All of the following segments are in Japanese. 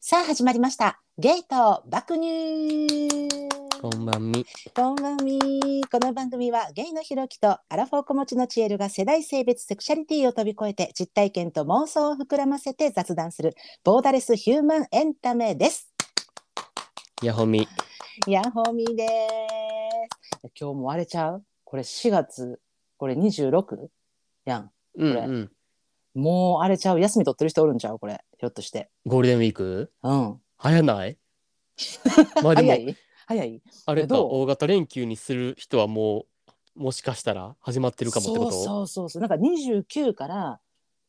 始まりました。ゲート爆乳こんばんみ。こんばんみこの番組はゲイのひろきとアラフォー子持ちのチエルが世代性別セクシャリティを飛び越えて実体験と妄想を膨らませて雑談するボーダレスヒューマンエンタメです。やほみ。ヤホーミーです。今日もあれちゃうこれ4月、これ 26? やん。うんこれうん。もうあれちゃう休み取ってる人おるんちゃうこれ。ひょっとして。ゴールデンウィークうん。早ない まあで早も、い早いあれか、どう大型連休にする人はもう、もしかしたら始まってるかもってことそうそうそうそうなんか29から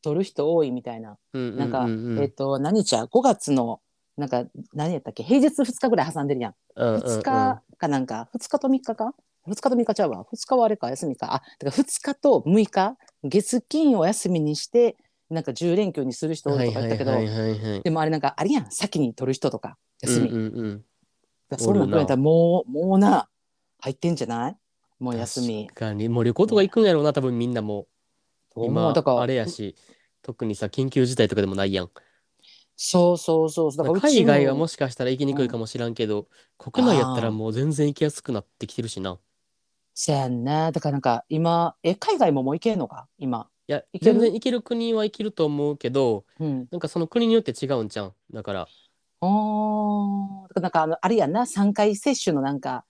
取る人多いみたいな、うんうんなんか、うんうんえっ、と何日や5月のなんか何やったっけ平日2日ぐらい挟んでるやんうんうんうん2日かなんか、2日と3日か2日と3日ちゃうわ2日はあれか休みかあだから2日と6日月金を休みにしてなんか10連休にする人多いとか言ったけど、はいはいはいはいはい。でもあれなんかあれやん先に取る人とか休み、うんうんうんだからそういうのおる含なめたらもうもうな入ってんじゃないもう休み確かに、もう旅行とか行くんやろうな、多分みんなもう。も今、うだからあれやし、特にさ、緊急事態とかでもないやん。そうそうそうそう。だからうち海外はももしかしたら行きにくいかもしらんけど、国内やったらもう全然行きやすくなってきてるしな。せやんね。だからなんか今、え、海外ももう行けんのか今。いや、いける全然行ける国は行けると思うけど、うん。なんかその国によって違うんじゃん。だから、おー。だからなんかあの、あれやんな。3回接種のなんか、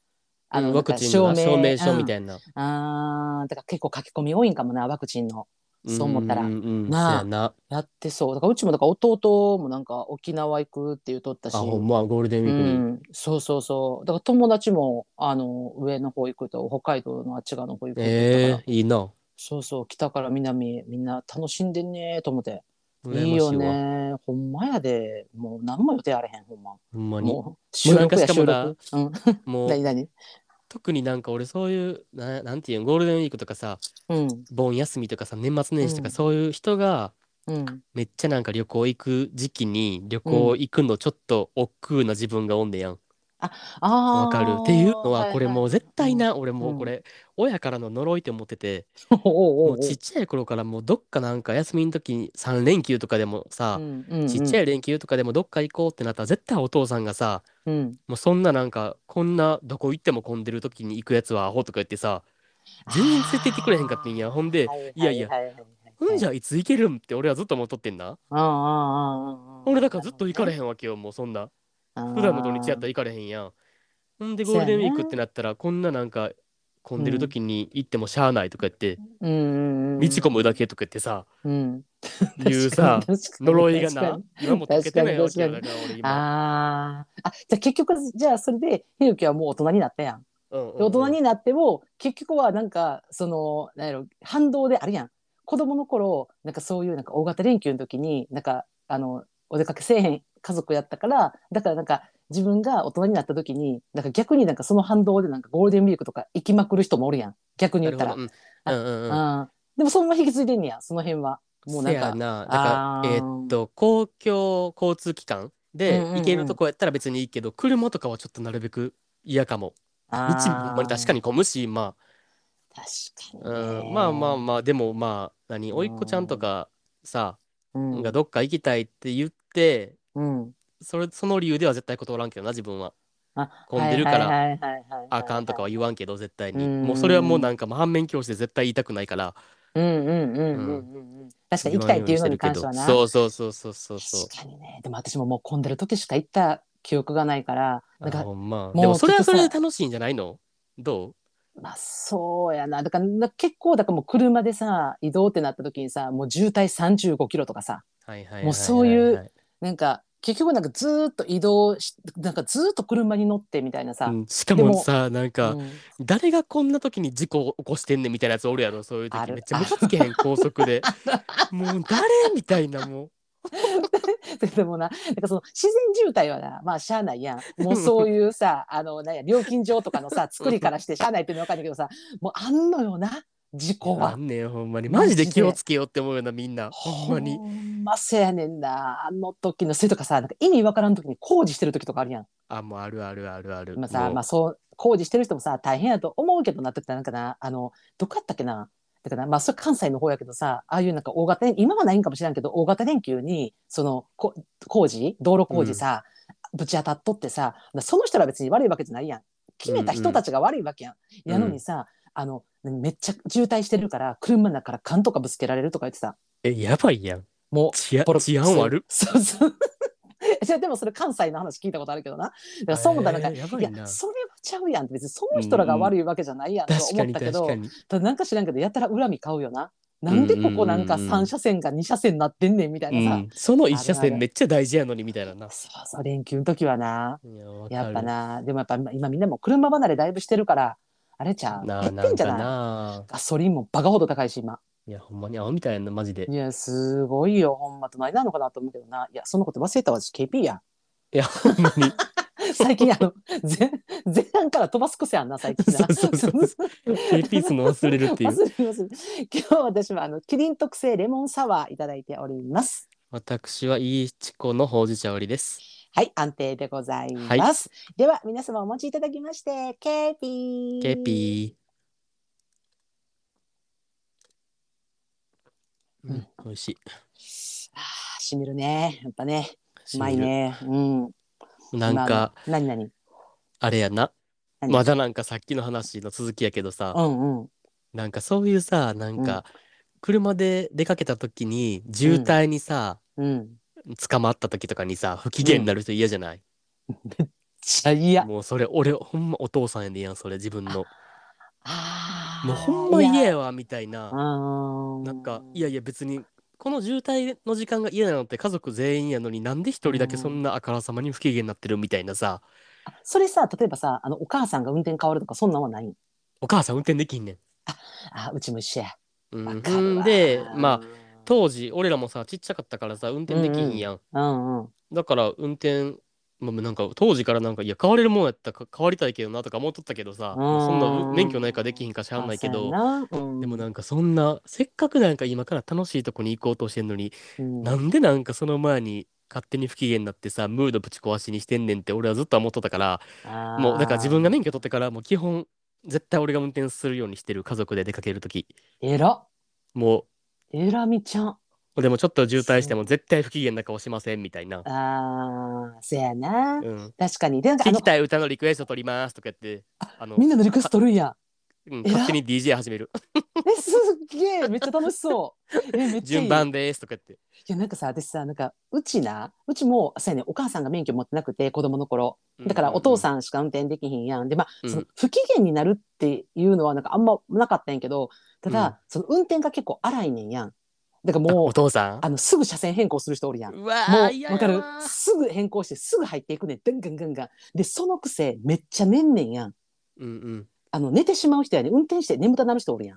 あの、うんなワんかクチンのな証明書みいたいな。な。あーだから結構書き込み多いんかもな、ワクチンの。そう思ったらうんうんうん、なあそうやな。やってそう。だからうちもだから弟もなんか沖縄行くって言うとったし。あ、ほんま、ゴールデンウィうークに。ん、そうそうそうだから友達もあの上の方行くと北海道のあっち側の方行くって言ったからええいいな。そうそう北から南みんな楽しんでんねーと思って羨ましいいよわ。ね。ほんまやで。もう何も予定あれへん、ほんま。ほんまに。もう収録や、も収うなん録か。うん。も 何う、何特になんか俺そういう、ななんていうん、ゴールデンウィークとかさ、うん。盆休みとかさ、年末年始とうかんそういう人が、うん。めっちゃなんか旅行行く時期に旅行行くのちょっと億劫な自分がおんねやん。ああ。わかるっていうのはこれもう絶対い。な俺もうこれ親からの呪いって思っててうん おうおうおもうちっちゃい頃からもうどっかなんか休みの時に3連休とかでもさ、ちっちゃい。い連休とかでもどっか行こうってなったら絶対お父さんがさうん。もうそんななんかこんなどこ行っても混んでる時に行くやつはアホとか言ってさ全然連れて行ってくれへんかってんやほんでいやいやほんじゃ。ゃいつ行けるんって俺はずっと思っとってんなああああ。俺だからずっと行かれへん。へんわけよもうそんなあー普段の土日やったら行かれへんやんほんでゴールデンウィークってなったらこんななんか混んでる時に行ってもしゃあないとか言ってうんうんうん。道込むだけとか言ってさうん。言うさ確かに、確かに呪いが。確かなに今も解けてないわけよ確だから俺今、あーあ。じゃあ結局、じゃあそれで、ひゆきはもう大人になったやん。うんうんうん大人になっても結局はなんかそのなんやろ反動であるやん子供の頃なんかそういうなんか大型連休の時になんかあのお出かけせえへん家族やったからだからなんか自分が大人になった時になんか逆になんかその反動でなんかゴールデンウィークとか行きまくる人もおるやん逆にな言るっほたどら、うんうんうんうんうんでもそのまま引き継いでんねやその辺はもうなせんかやなだあかーらえーっと公共交通機関でうんうんうん行けるとこやったら別にいいけど、車とかはちょっとなるべく嫌かも道あーもほんまに確かに混むしま確あ、かにね、うん、まあまあまあでもまあ何甥っ子ちゃんとかさ、うんがどっか行きたいって言ってうんそれその理由では絶対断らんけどな自分はあ混んでるからはいはいはいはいはいはいあかんとかは言わんけど絶対にうんもうそれはもうなんかまあ反面教師で絶対言いたくないからうんうんうんうんうんうん。確かに行きたいっていうのに関してはな。そうそうそうそうそうそう確かにね。でも私ももう混んでる時しか行った記憶がないから、なんあかほんまうでもそれはそれちょでっと楽しいんじゃないのどうまあそうやな。だからな結構だからもう車でさ、移動ってなった時にさ、もう渋滞35キロとかさ、はいはいはいはいはいもうそういうなんか結局なんかずーっと移動し、なんかずーっと車に乗ってみたいなさ。うんしかでももさなんうかん誰がこんな時に事故を起こしてんねんみたいなやつおるやろそういうあ時るめっちゃムカつけへ ん高速でもう誰みたいなもうでもな、なんかその自然渋滞はな、まあしゃあないやん。もうそういうさ、あの、なんや、料金所とかのさ、作りからしてしゃあないっていうのはわかんないけどさ、もうあんのよな、事故あは。んねんほんまにママジジでで気をつけようって思うよなみんなほんまにほんませやねんな。あの時のせいとかさ、なんか意味わからん時に工事してる時とかあるやん。あもうあるあるあるあるまあさ、もうまあそう、工事してる人もさ、大変やと思うけどなってたらなんかな、あの、どこやったっけな。だから、まあ、それ関西の方やけどさ、ああいうなんか大型連、今はないんかもしれんけど、大型連休に、その、こ工事、道路工事さ、ぶち当たっとってさ、その人ら別に悪いわけじゃないやん。決めた人たちが悪いわけやん。うんやのにさ、あの、めっちゃ渋滞してるから、車の中から缶とかぶつけられるとか言ってさ、え、やばいやん。もう、治安ポロ治安悪そう そうそう。じゃでもそれ関西の話聞いたことあるけどな。だからそうもだなんか、えーやばいいなやそれはちゃうやんって別にその人らが悪いわけじゃないやんと確か思っにたけ確ど、かに。ただなんか知らんけどやたら恨み買うよな。なんでここなんかうんうんうんうん3車線が2車線なってんねんみたいうなさ。ん、その一車あるあ線るめっちゃ大事やのにみたいなな。そうそう連休の時はないやわかるやっぱなでもやっぱ今みんなもう車離れだいぶしてるからあれちゃうな減ってんじゃないんかなガソリンもバカほど高いし今いやほんまに青みたいやなマジでいやすごいよほんまと何なのかなと思うけどないやそんなこと忘れたわ私 KP やんいやほんまに 最近あの前前半から飛ばす癖あんな最近な。そうそうそうそう KP すの忘れるってい忘うれます。今日私はあのキリン特製レモンサワーいただいております。私はいいちこのほうじ茶織ですはい、安定でございます。では皆様お持ちいただきまして、ケーピー。 KP ううんん美味しいあーしみるね。やっぱね、うまい染みね。うん。るなんか今の。何何。あれやな何まだなんかさっきの話の続きやけどさうんうん。なんかそういうさなんか車で出かけた時に渋滞にさうん。捕まった時とかにさ不機嫌になる人嫌じゃないちゃいや。もうそれ俺ほんまお父さんやでやんそれ自分のあーもうほんま嫌。やわみたいなあなんかいやいや別にこの渋滞の時間が嫌なのって家族全員やのになんで一人だけそんなあからさまに不機嫌になってるみたいなさあ。それさ、例えばさ、あのお母さんが運転変わるとか、そんなんはないん。お母さん運転できんねん。あ、うちも一緒や。うんわかるわでまあ当時俺らもさちっちゃかったからさ運転できんやん、うんうん。だから運転まあなんか当時からなんかいや変われるもんやったら変わりたいけどなとか思っとったけどさ、うんそんな免許ないからできひんかしゃあんないけど、あそうやなうんでもなんかそんなせっかくなんか今から楽しいとこに行こうとしてんのにうんなんでなんかその前に勝手に不機嫌になってさムードぶち壊しにしてんねんって俺はずっと思っとったからあーもうだから自分が免許取ってからもう基本絶対俺が運転するようにしてる家族で出かける時えらもえらみちゃんうでもちょっと渋滞しても絶対不機嫌な顔しませんみたいな、あーそやな、うん、確かにでなんかあ聞のきたい歌のリクエスト取りますとかやってあの、みんなのリクエスト取るんや うん、偉い勝手に DJ 始めるえすっげえめっちゃ楽しそうえめっちゃいい順番ですとかやっていやなんかさ私さなんかうちなうちもそうやねお母さんが免許持ってなくて子供の頃だからお父ん、さんしか運転できひんやんでまうあんその不機嫌になるっていうのはなんかあんまなかったんやけどただ、うんその運転が結構荒いねんやんだからあもうお父さんあのすぐ車線変更する人おるやん。もうわうー嫌やわかるわーすぐ変更してすぐ入っていくねんガンガンガンガン。でそのくせめっちゃ寝んねんやん。うんうんあの寝てしまう人やねん運転して眠たなる人おるやん。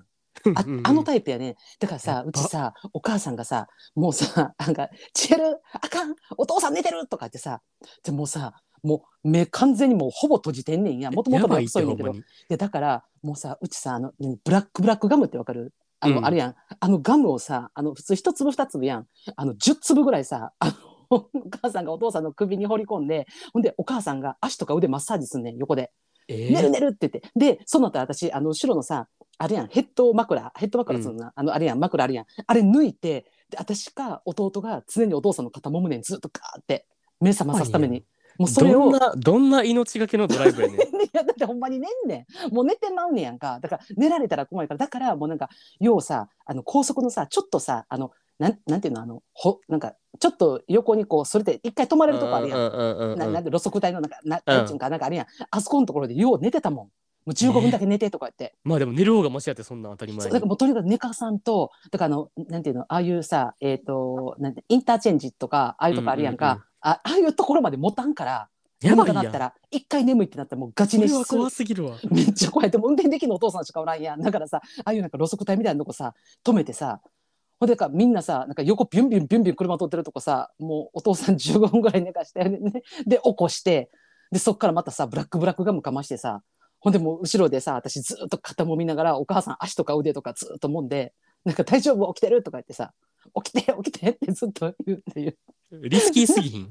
あうんうんあのタイプやねん。だからやさっぱうちさお母さんがさもうさなんか「チエルあかんお父さん寝てる!」とか言ってさでもうさもう目完全にもうほぼ閉じてんねんやもともやとば目いっ細ていねんほんけまどにいやだからもうさうちさあの何ブラックブラックガムってわかるあの、うんあるやんあのガムをさあの普通一粒二粒やんあの10粒ぐらいさあの お母さんがお父さんの首に放り込んでほんでお母さんが足とか腕マッサージすんねん横でえ「ー寝る寝る」って言ってでその後私あの後ろのさあれやんヘッド枕ヘッド枕すんな、あのあれやん枕あるやんあれ抜いてで私か弟が常にお父さんの肩もむねんずっとガーって目覚まさすためにもうそれどをんなどんな命がけのドライブやね んいやだってほんまに寝んねんもう寝てまうねやんかだから寝られたら怖いからだからもうなんかようさあの高速のさちょっとさあのなんなんていうのあのほなんかちょっと横にこうそれで一回止まれるとこあるやん,、うんうんうんうんななんて路側帯のなんかな,、うんなんていうんかなんかあるやんあそこのところでよう寝てたもんもう15分だけ寝てとか言って、まあでも寝る方がマシやってそんなん当たり前そうにだからもうとにかく寝かさんとだからあのなんていうのああいうさえっ、となんてインターチェンジとかああいうとこあるやんか、うんうんうんあああいうところまで持たんからやば眠いくやなったんら一回眠いってなったらもうガチそ寝れしはする怖すぎるわめっちゃ怖い。でも運転できんのお父さんしかおらんやん。だからさ、ああいうなんか路側帯みたいなとこさ、止めてさ、ほんでかみんなさ、なんか横ビュンビュンビュンビュン車通ってるとこさ、もうお父さん15分ぐらい寝かして、ね、で、起こして、で、そっからまたさ、ブラックブラックガムかましてさ、ほんでもう後ろでさ、私ずっと肩もみながら、お母さん足とか腕とかずっと揉んで、なんか大丈夫起きてるとか言ってさ、起きて起きてってずっと言うっていう。リスキーすぎひん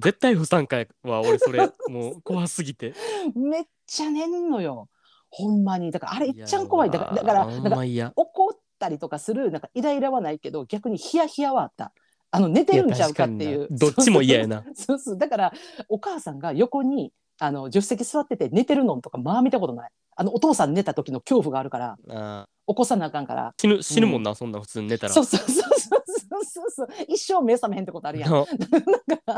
絶対不参加は俺それもう怖すぎてめっちゃ寝んのよ。ほんまに。だからあれいっちゃん怖い。だから、だから、いやだかーほらんまいや怒っったりとかするなんかイライラはないけど逆にヒヤヒヤはあったあの寝てるんちゃうかっていうや確かになどっちも嫌やな そうそうだからお母さんが横にあの助手席座ってて寝てるのとかまあ見たことないあのお父さん寝た時の恐怖があるからあ起こさなあかんからー死ぬ死ぬもんな、そんな普通に寝たらそうそうそうそうそうそう一生目覚めへんってことあるやん ななん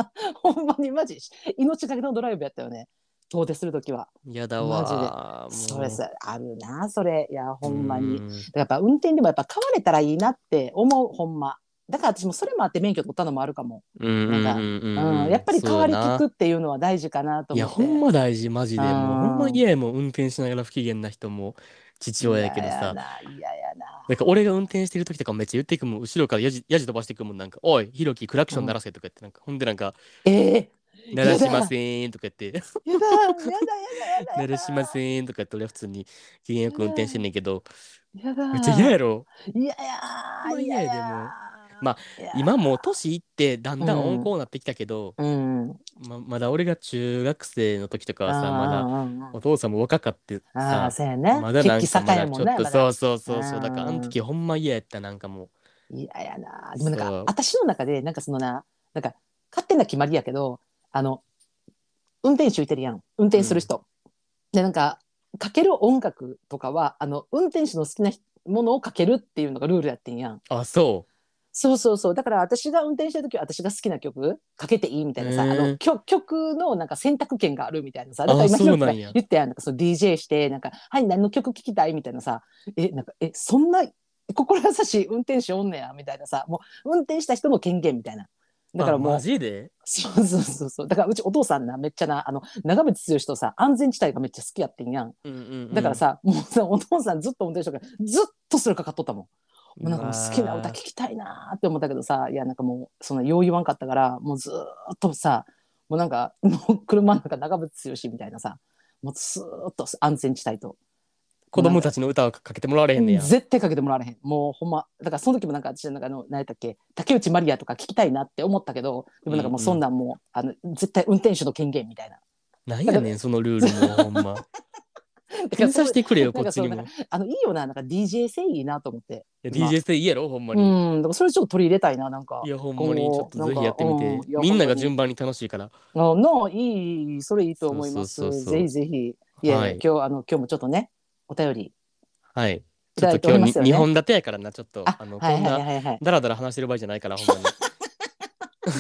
かほんまにマジ命がけのドライブやったよね遠出する時はやだわもうそれさあるなそれいやほんまうにんやっぱ運転でもやっぱ買われたらいいなって思うほんまだから私もそれもあって免許取ったのもあるかも、うんうんうんううんん、やっぱり変わりそうや聞なくっていうのは大事かなとい思やってほんま大事マジでもううんほんま嫌やもん運転しながら不機嫌な人も父親やけど嫌やさないややななんか俺が運転してる時とかめっちゃ言ってくもん後ろからやじやじ飛ばしてくもんなんか「おいひろきクラクション鳴らせ」とか言ってなんか ほんでなんかええ「鳴らしませーん」とか言ってやだやだやだや「だ鳴らしませーん」とか言って俺は普通に機嫌よく運転してんねんけどやだめっちゃ嫌やろいやほんまやい嫌ややでやもまあいや今もう年いってだんだん温厚になってきたけどうんはままだ俺が中学生の時とかはさまだまお父さんも若かってあさあそうやねまだなん血か気盛まだやちもょんっねとまだそうそうそうそうだからあうんの時ほんま嫌やったなんかもいややなでもなんそうか私の中でなんかそのななんか勝手な決まりやけどあの運転手いてるやん運転する人、でなんかかける音楽とかはあの運転手の好きなものをかけるっていうのがルールやってんやんあそそうそうそうだから私が運転してる時は私が好きな曲かけていいみたいなさ、へーあの曲曲のなんか選択権があるみたいなさだからあ今そうひろきながんや言ってやんなんかその DJ してなんか「はい何の曲聴きたい?」みたいなさえなんかえそんな心優しい運転手おんねやみたいなさもう運転した人の権限みたいなうだからあもうマジでそうそうそうそうだからうちお父さんなめっちゃなあの長渕剛とさ安全地帯がめっちゃ好きやってんやんうんうんうんだからさ、もうさお父さんずっと運転手だからずっとそれかかっとったもん。もうなんかもう好きな歌聴うわきたいなーって思ったけどさいやなんかもうそのよう言わんかったからもうずーっとさもうなんかもう車の中長渕剛みたいなさもうずーっと安全地帯と子供たちの歌をかけてもらわれへんねや絶対かけてもらわれへんもうほんまだからその時もなんか私なんかあの何やったっけ竹内まりやとか聴きたいなって思ったけどでもなんかもうそんなんもう、あの絶対運転手の権限みたいななんやねんそのルール もほんまだか気らにそさうしてくれよなこんっかちそうにもいあのいいよななんか DJ 性いいなと思ってやまあ DJ 性いいやろほんまうにんだからそれちょっと取り入れたいななんかいやほんまにちょっとぜひやってみなんかうんいてやみんなが順番に楽しいからあのいいそれいいと思います。そうそうそうそうぜひぜひ。いや、はい今日あの今日もちょっとねお便りはいいちたょだっいとており今ま日すよにね。 2本立てやからなちょっとああのはこいんはいなはいはい。だらだら話してる場合じゃないか らほんまに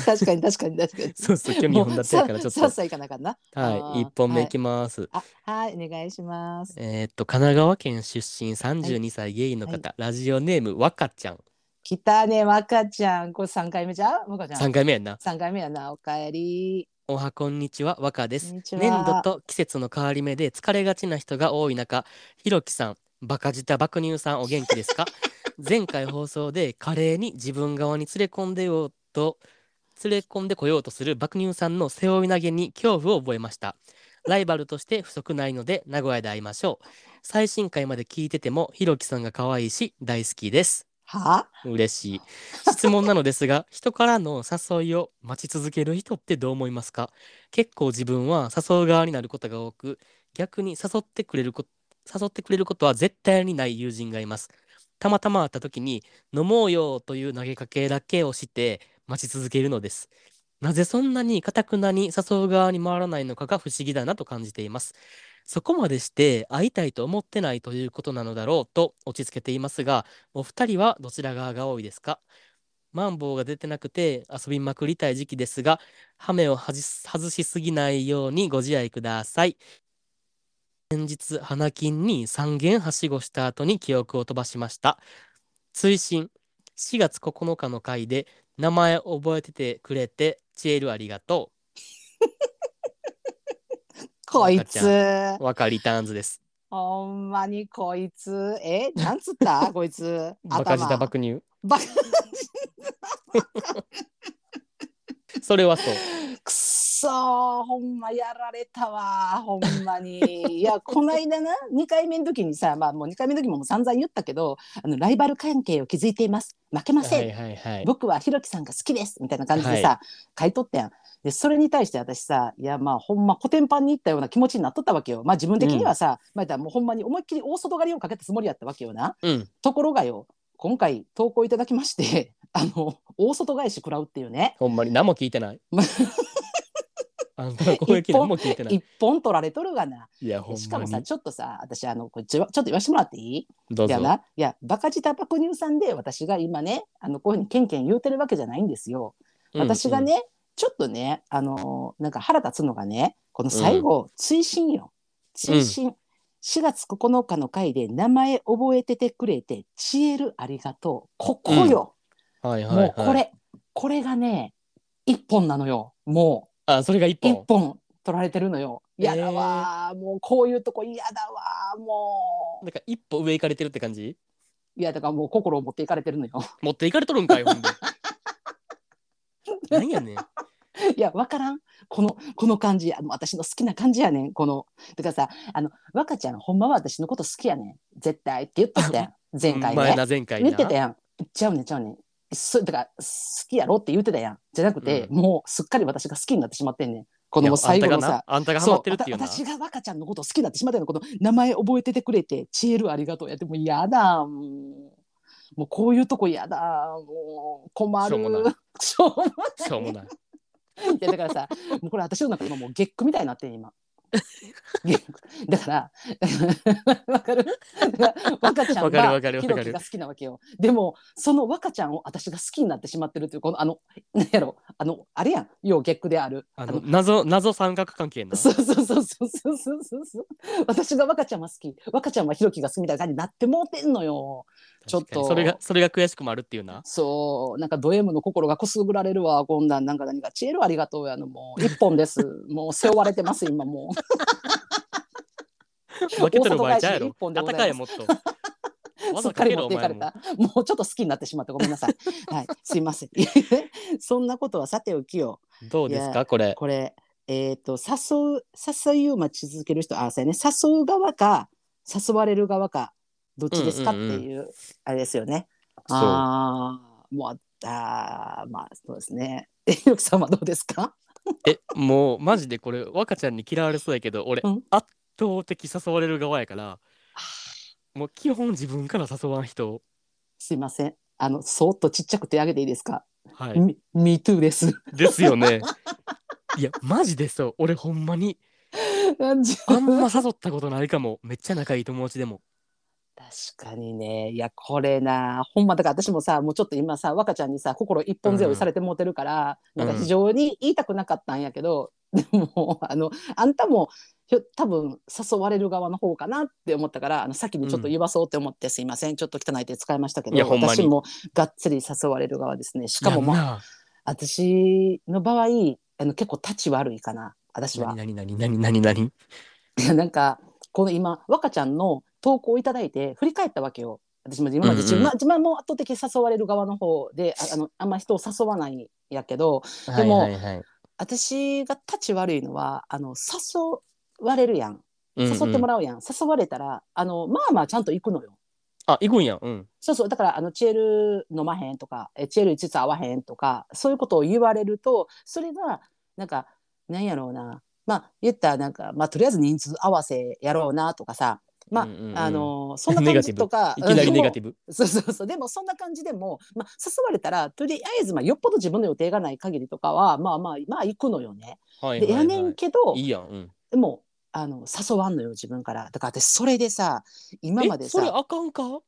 確かに確かに確かに。そうそう今日2本立てやからちょっもうささっとさいかなあかんな。はい1本目いきますあはいお願いします。えーっと神奈川県出身32歳ゲイの方、ラジオネームわかちゃんきたねわかちゃんこれ三回目じゃう？わかちゃ3ん。回目やんな三回目やなおかえり。おはこんにちはわかでこすんにちは年度と季節の変わり目で疲れがちな人が多い中ひろきさんバカ舌爆乳さんお元気で すか前回放送で華麗に自分側に連れ込んでようと連れ込んでこようとする爆乳さんの背負い投げに恐怖を覚えましたライバルとして不足ないので名古屋で会いましょう最新回まで聞いててもひろきさんが可愛いし大好きですは？嬉しい質問なのですが 人からの誘いを待ち続ける人ってどう思いますか結構自分は誘う側になることが多く逆に誘ってくれるこ誘ってくれることは絶対にない友人がいますたまたま会った時に「飲もうよ」という投げかけだけをして待ち続けるのですなぜそんなにかたくなに誘う側に回らないのかが不思議だなと感じていますそこまでして会いたいと思ってないということなのだろうと落ち着けていますがお二人はどちら側が多いですかマンボウが出てなくて遊びまくりたい時期ですが、ハメを外し外しすぎないようにご自愛ください。先日、花金に3軒はしごした後に記憶を飛ばしました。追伸4月9日の回で名前覚えててくれて、チエルありがとこいわつう。わかりターンズです。ほんまにこいつえなんつったこいつバカ舌爆乳。バカそれはそう。くっそーほんまやられたわほんまにいやこの間な2回目の時にさまあもう2回目の時ももう散々言ったけどあのライバル関係を築いています負けません、はいはいはい。僕はひろきさんが好きですみたいな感じでさ、は書いとったやんでそれに対して私さいやまあほんまコテンパンに行ったような気持ちになっとったわけよまあ自分的にはさ、まあ言ったらもうほんまに思いっきり大外刈りをかけたつもりやったわけよなうん。ところがよ今回投稿いただきまして、あの、大外返し食らうっていうね、ほんまに何も聞い てないま。あんたの攻撃何も聞いてない。一本取られとるがな。いや、ほんしかまもさ、に。ちょっとさ、私、あの、これちょちょっと言わせてもらっていいどういやぞ。な、いや、バカ舌爆乳さんで私が今ね、あの、こういうふうにケンケン言うてるわけじゃないんですよ。私がね、ちょっとね、あのーなんか腹立つのがね、この最後、追伸よ。追伸。4月9日の回で名前覚えててくれて、チエルありがとう。ここよ。うんうん。はいはい、はい。もうこれ、これがね、一本なのよ。もあ、それが一う、一本。本取られてるのよ。嫌だわー、もうこういうとこ嫌だわー、もう。なんか一歩上行かれてるって感じいや、だからもう心を持っていかれてるのよ。 持っていかれとるんかい、ほんで。何やねいん。や、わからん。この、この感じ、あの私の好きな感じやねん。この、だからさ、あの、若ちゃん、ほんまは私のこと好きやねん。絶対って言っとったや ん。前回前ね。な、前回な。言ってたやん。ちゃうねん、ちゃうねん。そだから、好きやろって言ってたやん。じゃなくて、うもうすっかり私が好きになってしまってんねん。こいやの最後のあんたがなさ。あんたがハそマうってるっていうなわた私が若ちゃんのこと好きになってしまったようなこの名前覚えててくれて「チエルありがとう」やってもうやだもうもうこういうとこやだもう困しょうるもないしょうもないしょうもないいやだからさもうこれ私の中今もうゲックみたいになってん今。ゲックだから わかる だから若ちゃんわかるがわかるわかるひろきが好きなわけよでもその若ちゃんを私が好きになってしまってるというこのあのなんやろあのあれやんようゲックであるあの謎謎三角関係なそうそうそうそうそうそうそうそう私が若ちゃんは好き若ちゃんはひろきが好きみたいな感じになってもうてんのよちょっと確かにそれがそれが悔しくもあるっていうなそうなんかド M の心がこすぐられるわこんなんなんか何か「チエルありがとう」やのもう一本 ですもう背負われてます今もう。負けとる場合じゃ大外返しうやろ一本でござい戦ますえもっ とす技っかかけりろ持っておいか前れもた。もうちょっと好きになってしまってごめんなさい。はい、すいません。 そんなことはさておきよ。どうですかこれこれ、えっ、と、誘う、誘いを待ち続ける人、あ、そうやね、誘う側か、誘われる側か、どっちですかっうんてうんうんいう、あれですよね。そうああ、もう、あーまあ、そうですね。 え、ゆきさんはどうですかえもうマジでこれ若ちゃんに嫌われそうやけど俺、うん圧倒的誘われる側やからもう基本自分から誘わん人すいません。あの、そーっとちっちゃく手挙げていいですか、はいみ、me too です。 ですよねいやマジでそう俺ほんまにあんま誘ったことないかもめっちゃ仲いい友達でも確かにね。いや、これな、ほんま、だから私もさ、もうちょっと今さ、若ちゃんにさ、心一本背負いされてもうてるから、うんなんか非常に言いたくなかったんやけど、 でも、あの、あんたも、ひょ多分誘われる側の方かなって思ったから、あの、先にちょっと言わそうって思って、すいません、ちょっと汚い手使いましたけど、いやほんま私にもがっつり誘われる側ですね。しかも、まあ、な私の場合、あの、結構立ち悪いかな、私は。何何何何何い やなんかこの今若ちゃんの投稿をいただいて振り返ったわけよ私も今まで自分,、うんうん自分はもう圧倒的に誘われる側の方でああのあんま人を誘わないんやけど何でもはいはいはい私が立ち悪いのはあの誘われるやん誘ってもららうやん、誘われたらあのまあまあちゃんと行くのよ。あ行くんやうんそうそうだからあのチエル飲まへんとかえチエル5つ合わへんとかそういうことを言われるとそれがなんかなんやろうなまあ言ったらなんか、まあ、とりあえず人数合わせやろうなとかさまあ、うんうんうんあのそんな感じとかいきなりネガィティブブそうそうそうでもそんな感じでも、まあ、誘われたらとりあえず、まあ、よっぽど自分の予定がない限りとかはまあまあまあ行くのよね。はいではやいはいねんけどいいやんうんでもあの誘わんのよ自分からだから私それでさ今までえそれさあかんか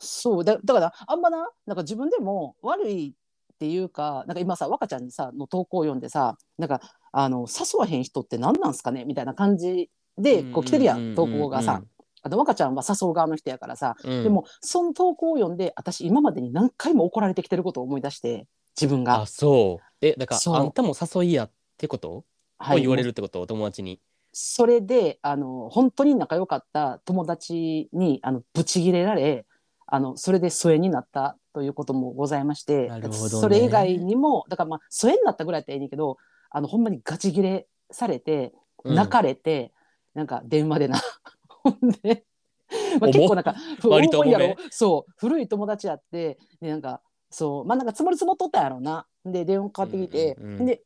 そうだだからあんまななんか自分でも悪いっていうかなんか今さ若ちゃんにさの投稿を読んでさなんかあの誘わへん人って何なんすかねみたいな感じでこう来てるやん投稿がさ。あの若ちゃんは誘う側の人やからさうんでもその投稿を読んで私今までに何回も怒られてきてることを思い出して自分があ、そうえだかそうらあんたも誘いやってことはをい言われるってことお友達にそれであの本当に仲良かった友達にあのブチギレられあのそれで疎遠になったということもございまして、なるほどねそれ以外にもだからまあ疎遠になったぐらいだったらいいねんだけどあのほんまにガチギレされてうん泣かれて、なんか電話でな ほんで、まあ、重っ結構なんかふ割と重いや重ろめそう古い友達やってでなんかそうまあなんか積もり積もっとったんやろうなで電話かかってきて、うんうんうんで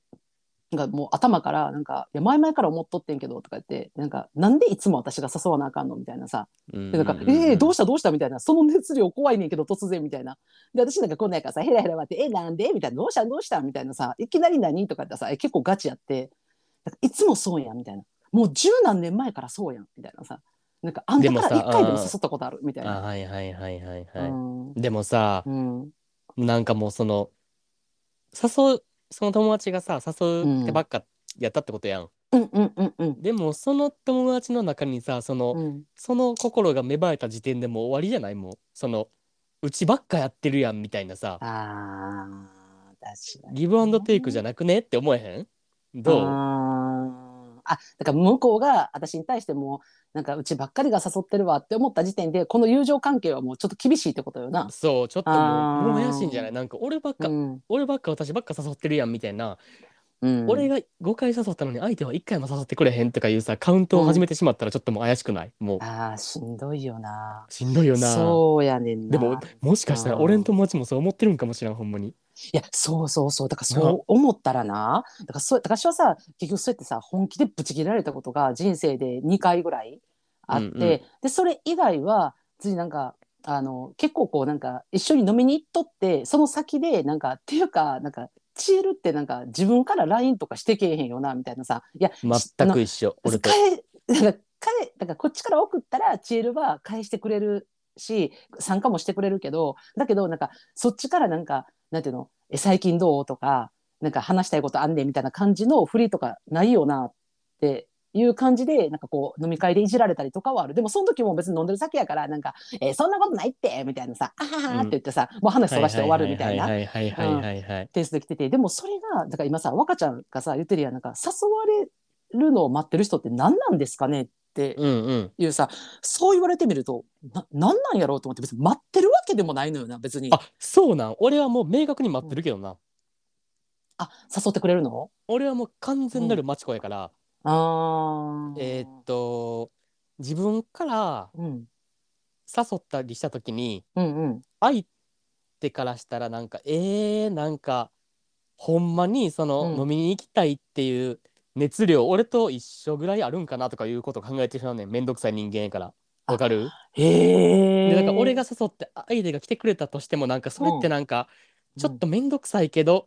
なんかもう頭からなんか「いや前々から思っとってんけど」とか言ってなんか「なんでいつも私が誘わなあかんの?」みたいなさうんでなんか「えー、どうしたどうした」みたいな「その熱量怖いねんけど突然」みたいなで私なんかこんなんやからさヘラヘラ待って「えなんで?」みたいな「どうしたどうした?」みたいなさ「いきなり何?」とか言ってさえ結構ガチやってなんかいつもそうやん」みたいな「もう十何年前からそうやん」みたいなさなんかあんたから一回でも誘ったことあるみたいな。あはいはいはいはいうはい。んでもさう、んなんかもうその誘うその友達がさ誘ってばっかやったってことやん。うんうんうんうんでもその友達の中にさその、うんその心が芽生えた時点でもう終わりじゃないもうそのうちばっかやってるやんみたいなさあー確かにギブアンドテイクじゃなくねって思えへんどうあーあだから向こうが私に対してもなんかうちばっかりが誘ってるわって思った時点でこの友情関係はもうちょっと厳しいってことよな。そうちょっともあうーもやしいんじゃないなんか俺ばっか、うん俺ばっか私ばっか誘ってるやんみたいな、うん、俺が5回誘ったのに相手は1回も誘ってくれへんとかいうさカウントを始めてしまったらちょっともう怪しくない、もうあーしんどいよな。しんどいよなそうやねんな。でももしかしたら俺の友達もそう思ってるんかもしれんほんまにいやそうそうそうだからなそう思ったらなだからそうだから私はさ結局そうやってさ本気でぶち切られたことが人生で2回ぐらいあって、うんうんでそれ以外は別になんかあの結構こうなんか一緒に飲みに行っとってその先でなんかっていうかなんかチエルってなんか自分から LINE とかしてけえへんよなみたいなさいや全く一緒俺と返なんか返だからこっちから送ったらチエルは返してくれるし参加もしてくれるけどだけどなんかそっちからなんかなんていうのえ最近どうとかなんか話したいことあんねんみたいな感じの振りとかないよなっていう感じでなんかこう飲み会でいじられたりとかはあるでもその時も別に飲んでる酒やからなんか「えそんなことないって」みたいなさ「あはは」って言ってさ、もう話そらして終わるみたいなはいはいはいはいはいはいはいペースで来ててでもそれがだから今さ若ちゃんがさ言ってるやんなんか誘われるのを待ってる人って何なんですかねってうんうんいうさそう言われてみるとな何なんやろうと思って別に待ってるわけでもないのよな別にあそうなん俺はもう明確に待ってるけどな、あ誘ってくれるの俺はもう完全なるマチコやから、あーえーっと自分からうん誘ったりした時にうんうん相手からしたらなんかえー、なんかほんまにその、うん飲みに行きたいっていう熱量俺と一緒ぐらいあるんかなとかいうことを考えてしまうねんめんどくさい人間やからわかるへえでなんか俺が誘って相手が来てくれたとしてもなんかそれってなんか、ちょっと面倒くさいけうんど、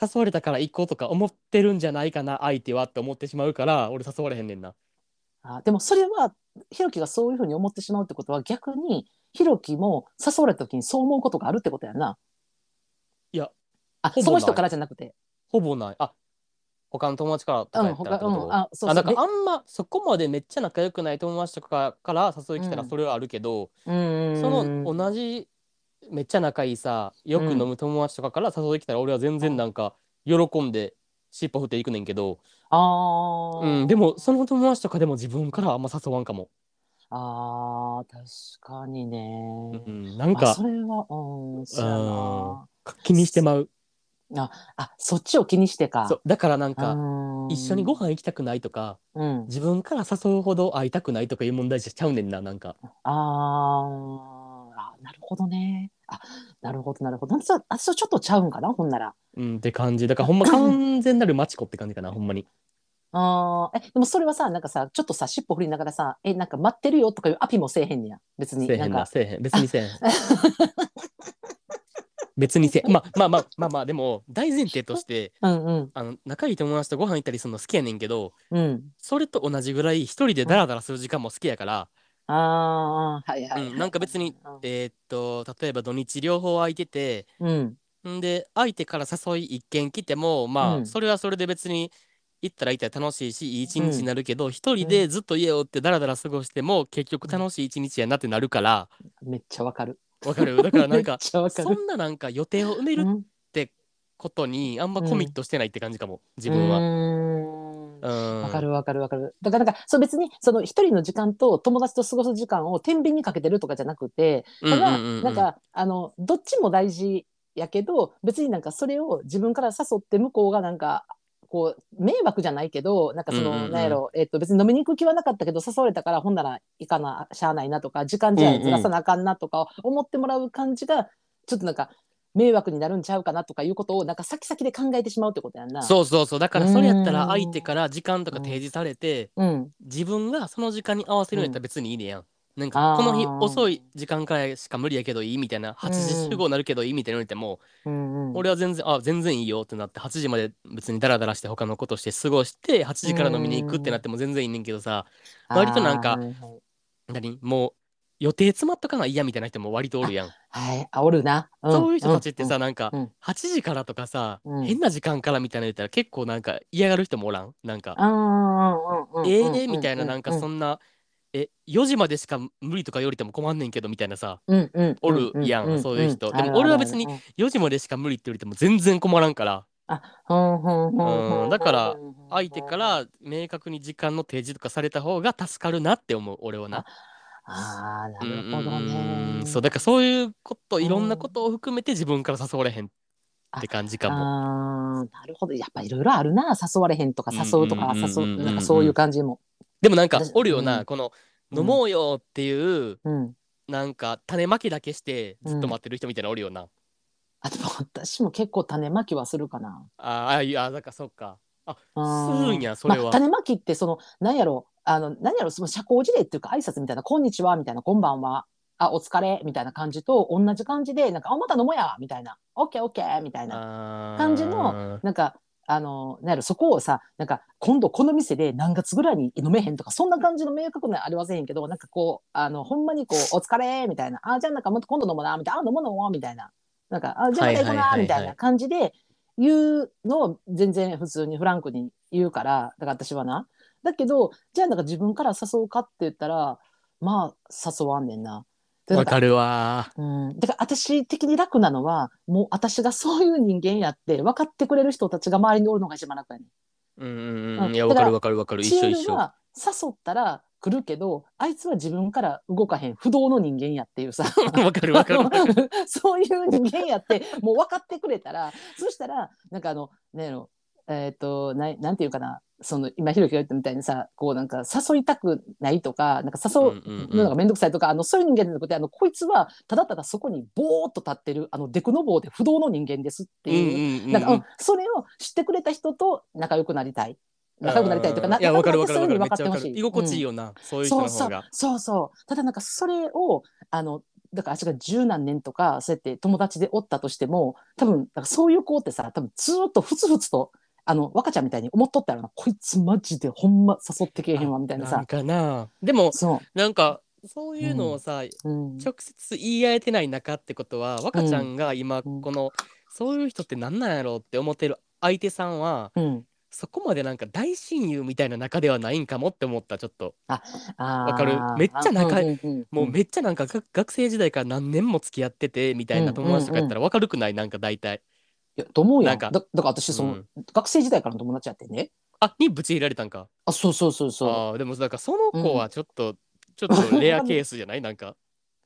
誘われたから行こうとか思ってるんじゃないかな相手はって思ってしまうから俺誘われへんねんなあでもそれはひろきがそういうふうに思ってしまうってことは逆にひろきも誘われた時にそう思うことがあるってことやんないやあほぼないその人からじゃなくてほぼないあ他の友達からとうかんやった他らってこと、うんあそうそうあなんかであんまそこまでめっちゃ仲良くない友達とかから誘い来たらうんそれはあるけど、うーんその同じめっちゃ仲いいさよく飲む友達とかから誘い来たら俺は全然なんか喜んで尻尾振っていくねんけど、ああ、うん、でもその友達とかでも自分からあんま誘わんかも、ああ確かにね、うん、なんあかそれはうんそうやな気にしてまうあそっちを気にしてかそうだからなんか、うん一緒にご飯行きたくないとかうん自分から誘うほど会いたくないとかいう問題じゃちゃうねんななんかあーあなるほどねあなるほどなるほどなんかあそうちょっとちゃうんかなほんならうんって感じだからほんま完全なるマチコって感じかなほんまにあーえでもそれはさなんかさちょっとさ尻尾振りながらさえなんか待ってるよとかいうアピもせえへんねや別にせえへなんんなかせえへん別に せえへん別にせえまあまあまあまあまあでも大前提としてうんうんあの仲いい友達とご飯行ったりするの好きやねんけどうんそれと同じぐらい一人でダラダラする時間も好きやから、ああはいはい、うんなんか別にうんえーっと例えば土日両方空いててうんんで相手から誘い一件来てもまあ、うんそれはそれで別に行ったら行ったら楽しいしいい一日になるけど一、う人んでずっと家をってダラダラ過ごしても結局楽しい一日やなってなるからめっちゃわかるわかるだからなんめっかちゃわかそるんななんか予定を埋めるうんことにあんまコミットしてないって感じかも、自う分は。ーんうんわかるわかるわかる。だからなんかそう別にその一人の時間と友達と過ごす時間を天秤にかけてるとかじゃなくて、うんうたんうだんうんなんかあのどっちも大事やけど、別になんかそれを自分から誘って向こうがなんか。こう迷惑じゃないけどなんかその、うんうんうんなんやろ、えっと別に飲みに行く気はなかったけど誘われたからほんなら行かなしゃあないなとか時間じゃあずらさなあかんなとか思ってもらう感じが、ちょっとなんか迷惑になるんちゃうかなとかいうことをなんか先々で考えてしまうってことやんな。そうそうそうだからそれやったうらん相手から時間とか提示されてうん、自分がその時間に合わせるんやったら別にいいねやん。なんあかーこの日遅い時間からしか無理やけどいいみたいな8うんう時ん集合になるけどいいみたいなのにってもうんうん、俺は全然あ全然いいよってなって8時まで別にダラダラして他のことして過ごして8時から飲みに行くってなっても全然いいねんけどさ割となんかあーはいはい何もう予定詰まっとかないやみたいな人も割とおるやん。はい、あおるな。んそういう人たちって、さなんかうん8時からとかさうん変な時間からみたいなの言ったら結構なんか嫌がる人もおらんなんかうんうんうんうんうんうんうんうんええねみたいななんかそうんなえ4時までしか無理とかよりても困んねんけどみたいなさうんうんうんおるやんうそういう人んであもるある俺は別に4時までしか無理ってよりても全然困らんからうんうんうんううんんだから相手から明確に時間の提示とかされた方が助かるなって思う俺はな。あーうなるほどんねそうだからそういうこといろんなことを含めて自分から誘われへんって感じかも。あーなるほどやっぱいろいろあるな誘われへんとか誘うとかうんうんうんうん誘うなんかそういう感じもでもなんか私おるようなんこのうん飲もうよっていううんなんか種まきだけしてずっと待ってる人みたいなのおるよな。あでも私も結構種まきはするかなあーあいやだからそっか。あすーるんやそれはまあ、種まきってそのなんやろあのなんやろその社交辞令っていうか挨拶みたいな「こんにちは」みたいな「こんばんは」あ「お疲れ」みたいな感じと同じ感じでなんか「あまた飲もうや」みたいな「オッケーオッケー」みたいな感感じのなんかあのなんやろそこをさなんか今度この店で何月ぐらいに飲めへんとかそんな感じの明確なありませんけどなんかこうあのほんまにこう「お疲れ」みたいな「あじゃあなんかもっと今度飲もうな」みたいな「あ飲もう飲もう」みたいななんか「あじゃあまた行こうはいはいはいな」はいみたいな感じで言うのを全然普通にフランクに言うからだから私はなだけどじゃあなんか自分から誘うかって言ったらまあ誘わんねんな。でなんわかかるわうん、だから私的に楽なのはもう私がそういう人間やって分かってくれる人たちが周りにおるのが一番楽やねー。うんうんううんん。いやだわかからるわかるわかるん。一緒チ一ール緒。は誘ったら来るけどあいつは自分から動かへん不動の人間やっていうさ わかるわかるわかる。 そういう人間やってもう分かってくれたらそしたらなんかあのねえのえっ、とななんていうかなその今ひろきが言ったみたいにさこうなんか誘いたくないとかなんか誘うんうのが面倒くさいとか、あのそういう人間じゃなくてあのこいつはただただそこにボーっと立ってるあのデクノボーで不動の人間ですっていう。うんなんか、うん、それを知ってくれた人と仲良くなりたい。仲良くなりたいというか、あーいやわかるわかるそうわいうかふうに分かってるめっちゃわほかしるい。居心地いいよ、よな、そういう人そのうそ方うが。そうそう。ただなんかそれをあのだから私が十何年とかそうやって友達でおったとしても、多分なんかそういう子ってさ、多分ずーっとふつふつとあの若ちゃんみたいに思っとったらな、こいつマジでほんま誘ってけえへんわみたいななさん。かなでもそなんかそういうのをさ、う。うん。直接言い合えてない中ってことは若ちゃんが今うんこの、そういう人ってなんなんやろうって思ってる相手さんはうん、そこまでなんか大親友みたいな仲ではないんかもって思ったちょっとわわかるめっちゃ仲もうっめっちゃなんかが学生時代から何年も付き合っててみたいな友達とかやったらわかるくないなんか大体、ちゃ。と思うやなんんかだだから私その、うん学生時代からの友達やってね。あにぶち入られたんかあそうそうそうそう。あーでもなんかその子はちょっと、ちょっとレアケースじゃないなんか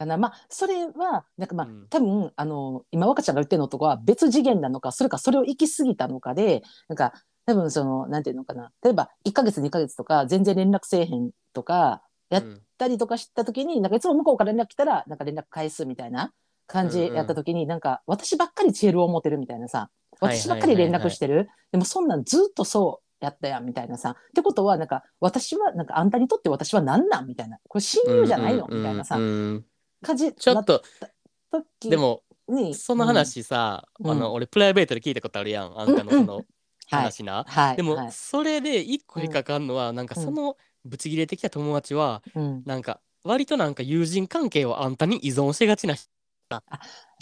かなまあそれはなんかまあ、うん多分あの今若ちゃんが言ってるのとかは別次元なのかそれかそれを行き過ぎたのかでなんか多分そのなんていうのかな例えば1ヶ月2ヶ月とか全然連絡せえへんとかやっうんたりとかした時になんかいつも向こうから連絡来たらなんか連絡返すみたいな感じやった時に、なんか私ばっかりチエルを持てるみたいなさはいはいはいはい私ばっかり連絡してる、でもそんなんずっとそうやったやんみたいなさってことはなんか私はなんかあんたにとって私は何なんみたいなこれ親友じゃないの、みたいなさうんうん感じちょっとなった時でもにその、話さ、うんあの俺プライベートで聞いたことあるやんあんたのそのうんはい話な、はいでも、はいそれで一個引っかかんのは、なんかそのブチギレてきた友達は、うんなんか割となんか友人関係をあんたに依存しがちな人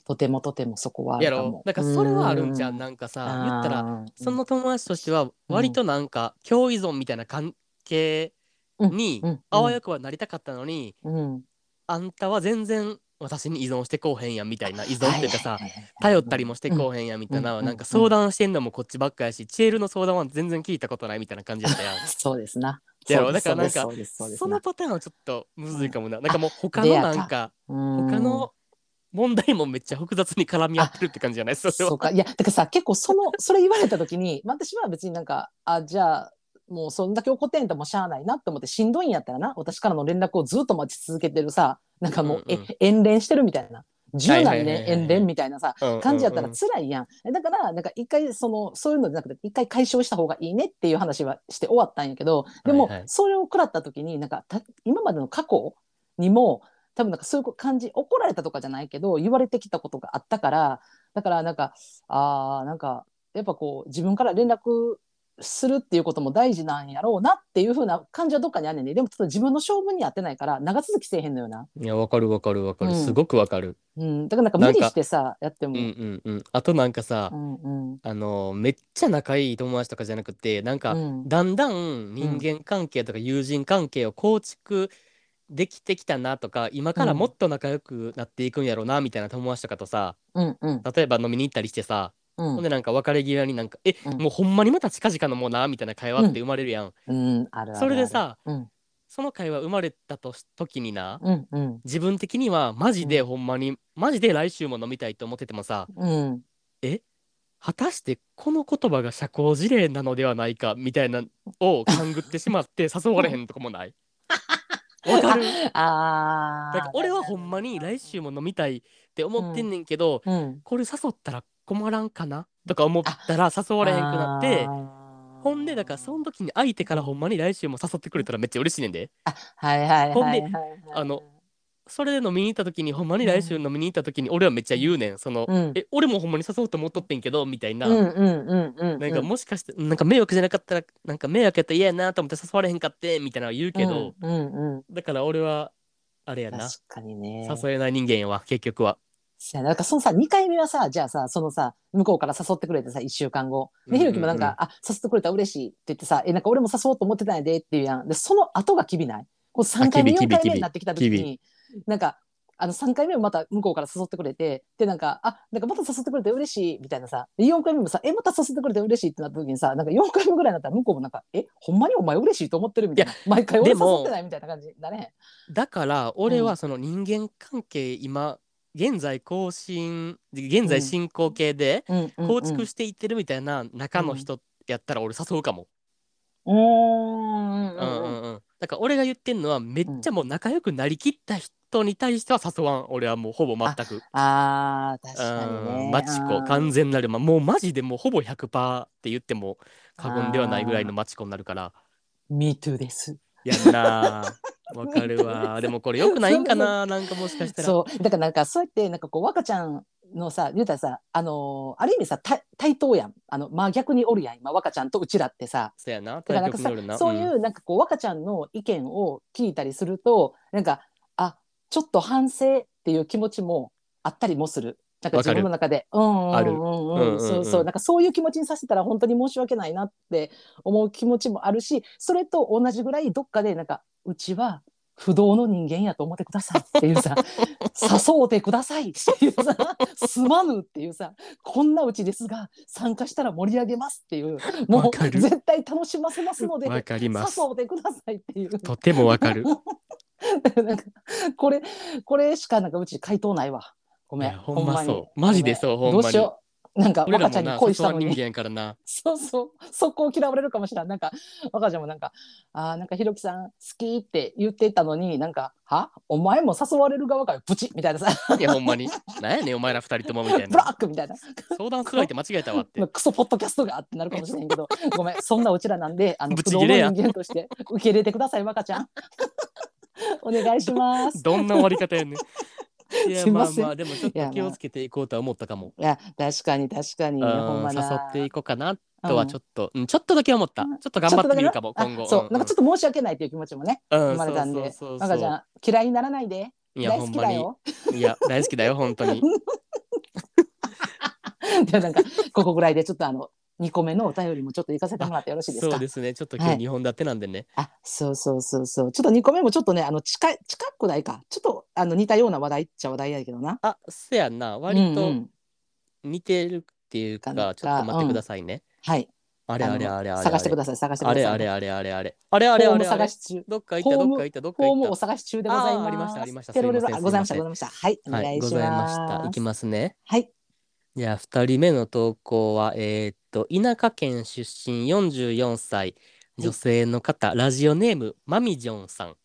とてもとてもそこはあるやかろもだからそれはあるんじゃんななんかさ言ったらその友達としてはうん割となんか共依存みたいな関係にうんあわよくはなりたかったのに、うんあんたは全然私に依存してこうへんやんみたいな依存っていうかさはいはいはいはい頼ったりもしてこうへんやみたいな、うん。なんか相談してんのもこっちばっかやし、チエルの相談は全然聞いたことないみたいな感じだったやんそうですなやそろうですだからなんかそうですそうですそそうでのすパターンはちょっとむずいかもな。なんかもう他でのやなんか、うん他の問題もめっちゃ複雑に絡み合ってるって感じじゃないそれそうは。かいやだからさ結構その それ言われた時に、まあ、私は別になんかあじゃあもうそんだけ怒ってんともしゃあないなって思ってしんどいんやったらな私からの連絡をずっと待ち続けてるさなんかもう、うんうんえ遠恋してるみたいな十何はいは年いはいはい遠恋みたいなさうん感じやったうらんうん辛いやん。だから、なんか一回、その、そういうのじゃなくて、一回解消した方がいいねっていう話はして終わったんやけど、でも、はいはいそれを食らった時に、なんかた、今までの過去にも、多分なんかそういう感じ、怒られたとかじゃないけど、言われてきたことがあったから、だからなんか、ああ、なんか、やっぱこう、自分から連絡するっていうことも大事なんやろうなっていうふうな感じはどっかにあんねんね。でもちょっと自分の性分に合ってないから、長続きせえへんのよな。いやわかるわかるわかるうんすごくわかるうん。だからなんか無理してさ、やってうも。んうんうんあとなんかさうんうん。あのめっちゃ仲いい友達とかじゃなくてなんかうんだんだん人間関係とか友人関係を構築できてきたなとか今からもっと仲良くなっていくんやろうなみたいな友達とかとさうんうん例えば飲みに行ったりしてさ、うんほんでなんか別れ際になんか「え、うんもうほんまにまた近々飲もうな」みたいな会話って生まれるやん、うん、あるあるあるそれで、さうん、その会話生まれたとし時になうん、うん、自分的にはマジでほんまに、マジで来週も飲みたいと思っててもさうん、果たしてこの言葉が社交辞令なのではないかみたいなのを勘ぐってしまって 誘われへんとかもないわかるああ、なんか俺はほんまに来週も飲みたいって思ってんねんけど、うん、これ誘ったら困らんかなとか思ったら誘われへんくなってほんでだからその時に相手からほんまに来週も誘ってくれたらめっちゃ嬉しいねんであー、はいはいはいほんはいではい、あの、それで飲みに行った時にほんまに来週飲みに行った時に俺はめっちゃ言うねんその、うん、え俺もほんまに誘おうと思っとってんけどみたいな、うん、うん、うん、うん、なんかもしかしてなんか迷惑じゃなかったらなんか迷惑やったら嫌やなと思って誘われへんかってみたいなの言うけど、うん、うん、うん、だから俺はあれやな確かにね。誘えない人間やわ結局はそうやななんかそのさ2回目はさじゃあさそのさ向こうから誘ってくれてさ1週間後うんでひろきもなんか「あ誘ってくれたら嬉しい」って言ってさ「えなんか俺も誘おうと思ってたんやで」っていうやんでその後がきびないこう3回目あ4きび回き目びになってきた時きになんかあの3回目もまた向こうから誘ってくれてでなんか「あなんかまた誘ってくれて嬉しい」みたいなさで4回目もさ「えまた誘ってくれて嬉しい」ってなった時にさなんか4回目ぐらいになったら向こうもなんか「えほんまにお前嬉しいと思ってる」みたいな毎回俺で誘もってないみたいな感じになれへん。だから俺うはんその人間関係今現在更新現在進行形でうんうんうん構築していってるみたいな中の人やったら俺誘うかも、うーんうんうんんうんううんうん、だから俺が言ってんのはめっちゃもう仲良くなりきった人に対しては誘わん俺はもうほぼ全くあー確かにうねん。マチコうん完全なるまもうマジでもうほぼ100%って言っても過言ではないぐらいのマチコになるから Me too です。や んなあわかるわでもこれよくないんかななんかもしかしたらそうだからなんかそうやってなんかこう若ちゃんのさ言うたらさあのーある意味さ対対等やんあの真逆におるやん今若ちゃんとうちらってさ。そうやなだからなん対か局にさよるなそういうなんかこう若ちゃんの意見を聞いたりするとなんかあちょっと反省っていう気持ちもあったりもする。なんかわか自る分の中で、うんうんうんあるうんうんうんうんそうそう、なんかそういう気持ちにさせたら本当に申し訳ないなって思う気持ちもあるし、それと同じぐらいどっかでなんかうちは不動の人間やと思ってくださいっていうさ、誘うてくださいっていうさ、すまぬっていうさ、こんなうちですが参加したら盛り上げますっていう、わもかうる絶対楽しませますのうんで、わかります誘ってくださいっていう。とてもわか るなんかこれこれしかなんかうち回答ないわ。ごいめん。やほんまにそうマジでそうほんどうましによう。なんか俺ら若ちもゃんにな恋し誘たわのん人に間。やからなそうそう。そこを嫌われるかもしれん。なんか若ちゃんもなんかあーなんかひろきさん好きって言ってたのになんかはお前も誘われる側かよプチみたいなさ。いやほんまになんやねんお前ら二人ともみたい ブラなックみたいな。相談する相手間違えたわってまあクソポッドキャストがってなるかもしれん けど、ごめん、そんなうちらなんで、あの、ぶ不ち動切れやの人間として受け入れてください、若ちゃん。 お願いします。どんな終わり方やねんい やすいままあせんまあでもちょっいとや気をつけていこうとは思ったかもいや、確かに確かに、うんほんま誘な。っていこうかなうんとはちょっと、うんちょっとだけ思った。ちうょっと頑張ってみるかも、ちょっとだけな今後。あそう、なんかちょっょと申し訳ないという気持ちもね、っと生まれたんで、若そうそうそうちゃん、嫌いにならないで、いや、大ほ好んきまだに。よ。いや、大好きだよ、本当 に。で、なんか、ここぐらいで、ちょっとあの、2個目のお便りもちょっと行かせてもらってよろしいですそかう。ですね、ちょっと今日はい2本立てなんでね。あ、そうそうそうそう。ちょっと2個目もちょっとね、あの、近い、近くないか。ちょっと、あの、似たような話題っちゃ話題やけどな。あ、せやな、割うんうとん似てるっていうか、なんかちょっと待ってくださいね。はい。あれあれあれあれあれ。探してください、探してくだあさい。れあれあれあれあれ。あれあれホあームれあ探れし。中。どっか行った、ホーどムっか行った、どっかホー行ムおった。探し中でございます。あーありましたありましたテロレすいませんロ、あございました、すいございました。はい、おは願い、いごしざいまました。いきす。ますね。はい。じゃあ2人目の投稿は、えーっと、田舎県出身44歳、い女性の方、ラジオネーム、まみじょんさん。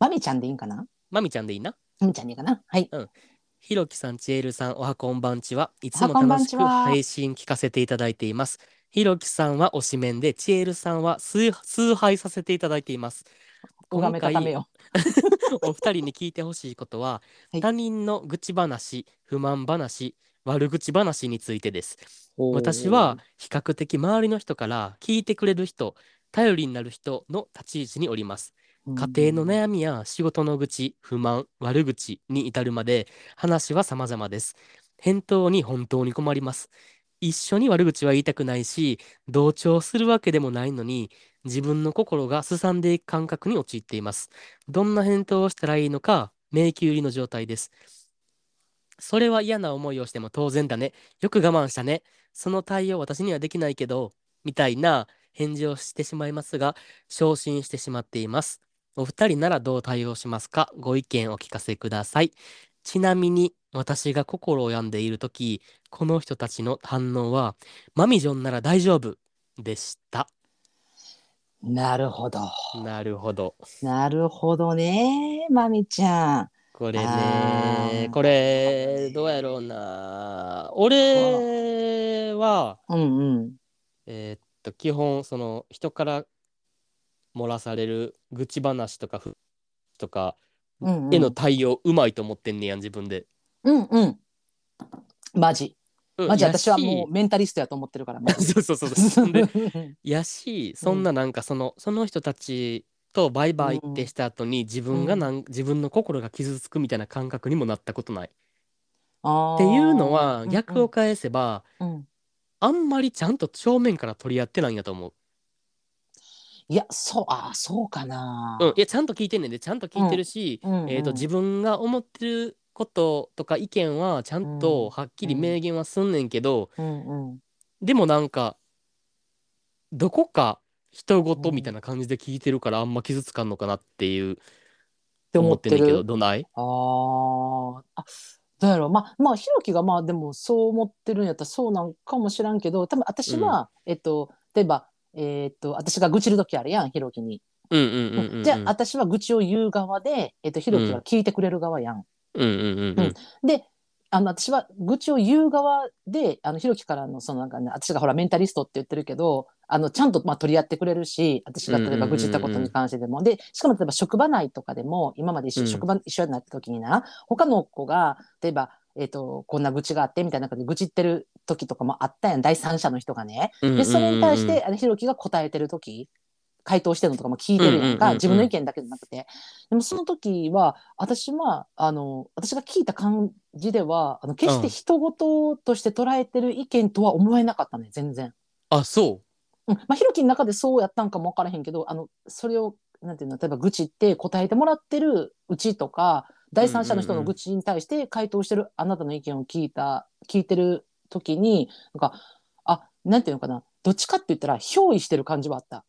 まみちゃんでいいんかなまみちゃんでいいな。まみちゃんでいいかなはい。ひろきさん、ちえるさん、おはこんばんちは。いつおもはこんば楽んしちくは配信聞かせていただいています。ひろきさんは推しメンで、ちえるさんは数数杯させていただいて います。拝め今回固めよお二人に聞いてほしいことは、はい他人の愚痴話、不満話、悪口話についてです。う。私は比較的周りの人から聞いてくれる人、頼りになる人の立ち位置におります。家庭のね悩みや仕事の愚痴、不満、悪口に至るまで話は様々です。返答に本当に困ります。一緒に悪口は言いたくないし、同調するわけでもないのに、自分の心がすさんでいく感覚に陥っています。どんな返答をしたらいいのか、迷宮入りの状態です。それは嫌な思いをしても当然だね。よく我慢したね。その対応私にはできないけど、みたいな返事をしてしまいますが、昇進してしまっています。お二人ならどう対応しますかご意見お聞かせください。ちなみに、私が心を病んでいるとき、この人たちの反応は、マミジョンなら大丈夫でした。なるほど。なるほど。なるほどね、まみちゃん。これあねー、これ、どうやろうな。俺は、うんうん。えーっと、基本、その、人から漏らされる愚痴話とか、ふとか、うんうんへの対応、うまいと思ってんねやん、自分で。うんうん。マジ。うんマジや私はしもうメンタリストやと思ってるから。もう、そうそうそうそう。で やし、そんななんかその、その人たちとバイバイってした後に自分がなん、自分の心が傷つくみたいな感覚にもなったことない。あっーていうのは、うん逆を返せば、うんうんあんまりちゃんと正面から取り合ってないんやと思う。いや、そう、あーそうかな。うん、いや、ちゃんと聞いてんねんで、ちゃんと聞いてるし、うんうんえっと、自分が思ってることとか意見はちゃんとはっきり明言はすんねんけど、うんうん。でもなんか、どこか人ごとみたいな感じで聞いてるからあんま傷つかんのかなっていうって思思っっててんねんけど、る。どないあーあ。どうやろうまあまあひろきがまあでもそう思ってるんやったらそうなんかもしらんけど多分私は、えっと例えばえっと私が愚痴る時あるやんひろきに、うんうんうんうんうん。じゃあ私は愚痴を言う側で、えっとひろきは聞いてくれる側やん、うんうんうんうん。であの私は愚痴を言う側であのひろきからのそのなんか、ね、私がほらメンタリストって言ってるけどあのちゃんとまあ取り合ってくれるし私が例えば愚痴ったことに関してでも、でしかも例えば職場内とかでも今まで一緒、うん職場一緒になった時にな他の子が例えば、えっとこんな愚痴があってみたいな感じで愚痴ってる時とかもあったやん第三者の人がね。でそれに対してあのひろきが答えてる時回答してるのとかも聞いてるやんうんうんうんうかん自分の意見だけじゃなくてでもその時は私はあの私が聞いた感じではあの決して人事として捉えてる意見とは思えなかったね全然。あ、そうんまあ、ひろきの中でそうやったんかも分からへんけどあのそれをなんていうの例えば愚痴って答えてもらってるうちとか第三者の人の愚痴に対して回答してるあなたの意見を聞いた聞いてる時になんかあなんていうのかなどっちかって言ったら憑依してる感じはあった。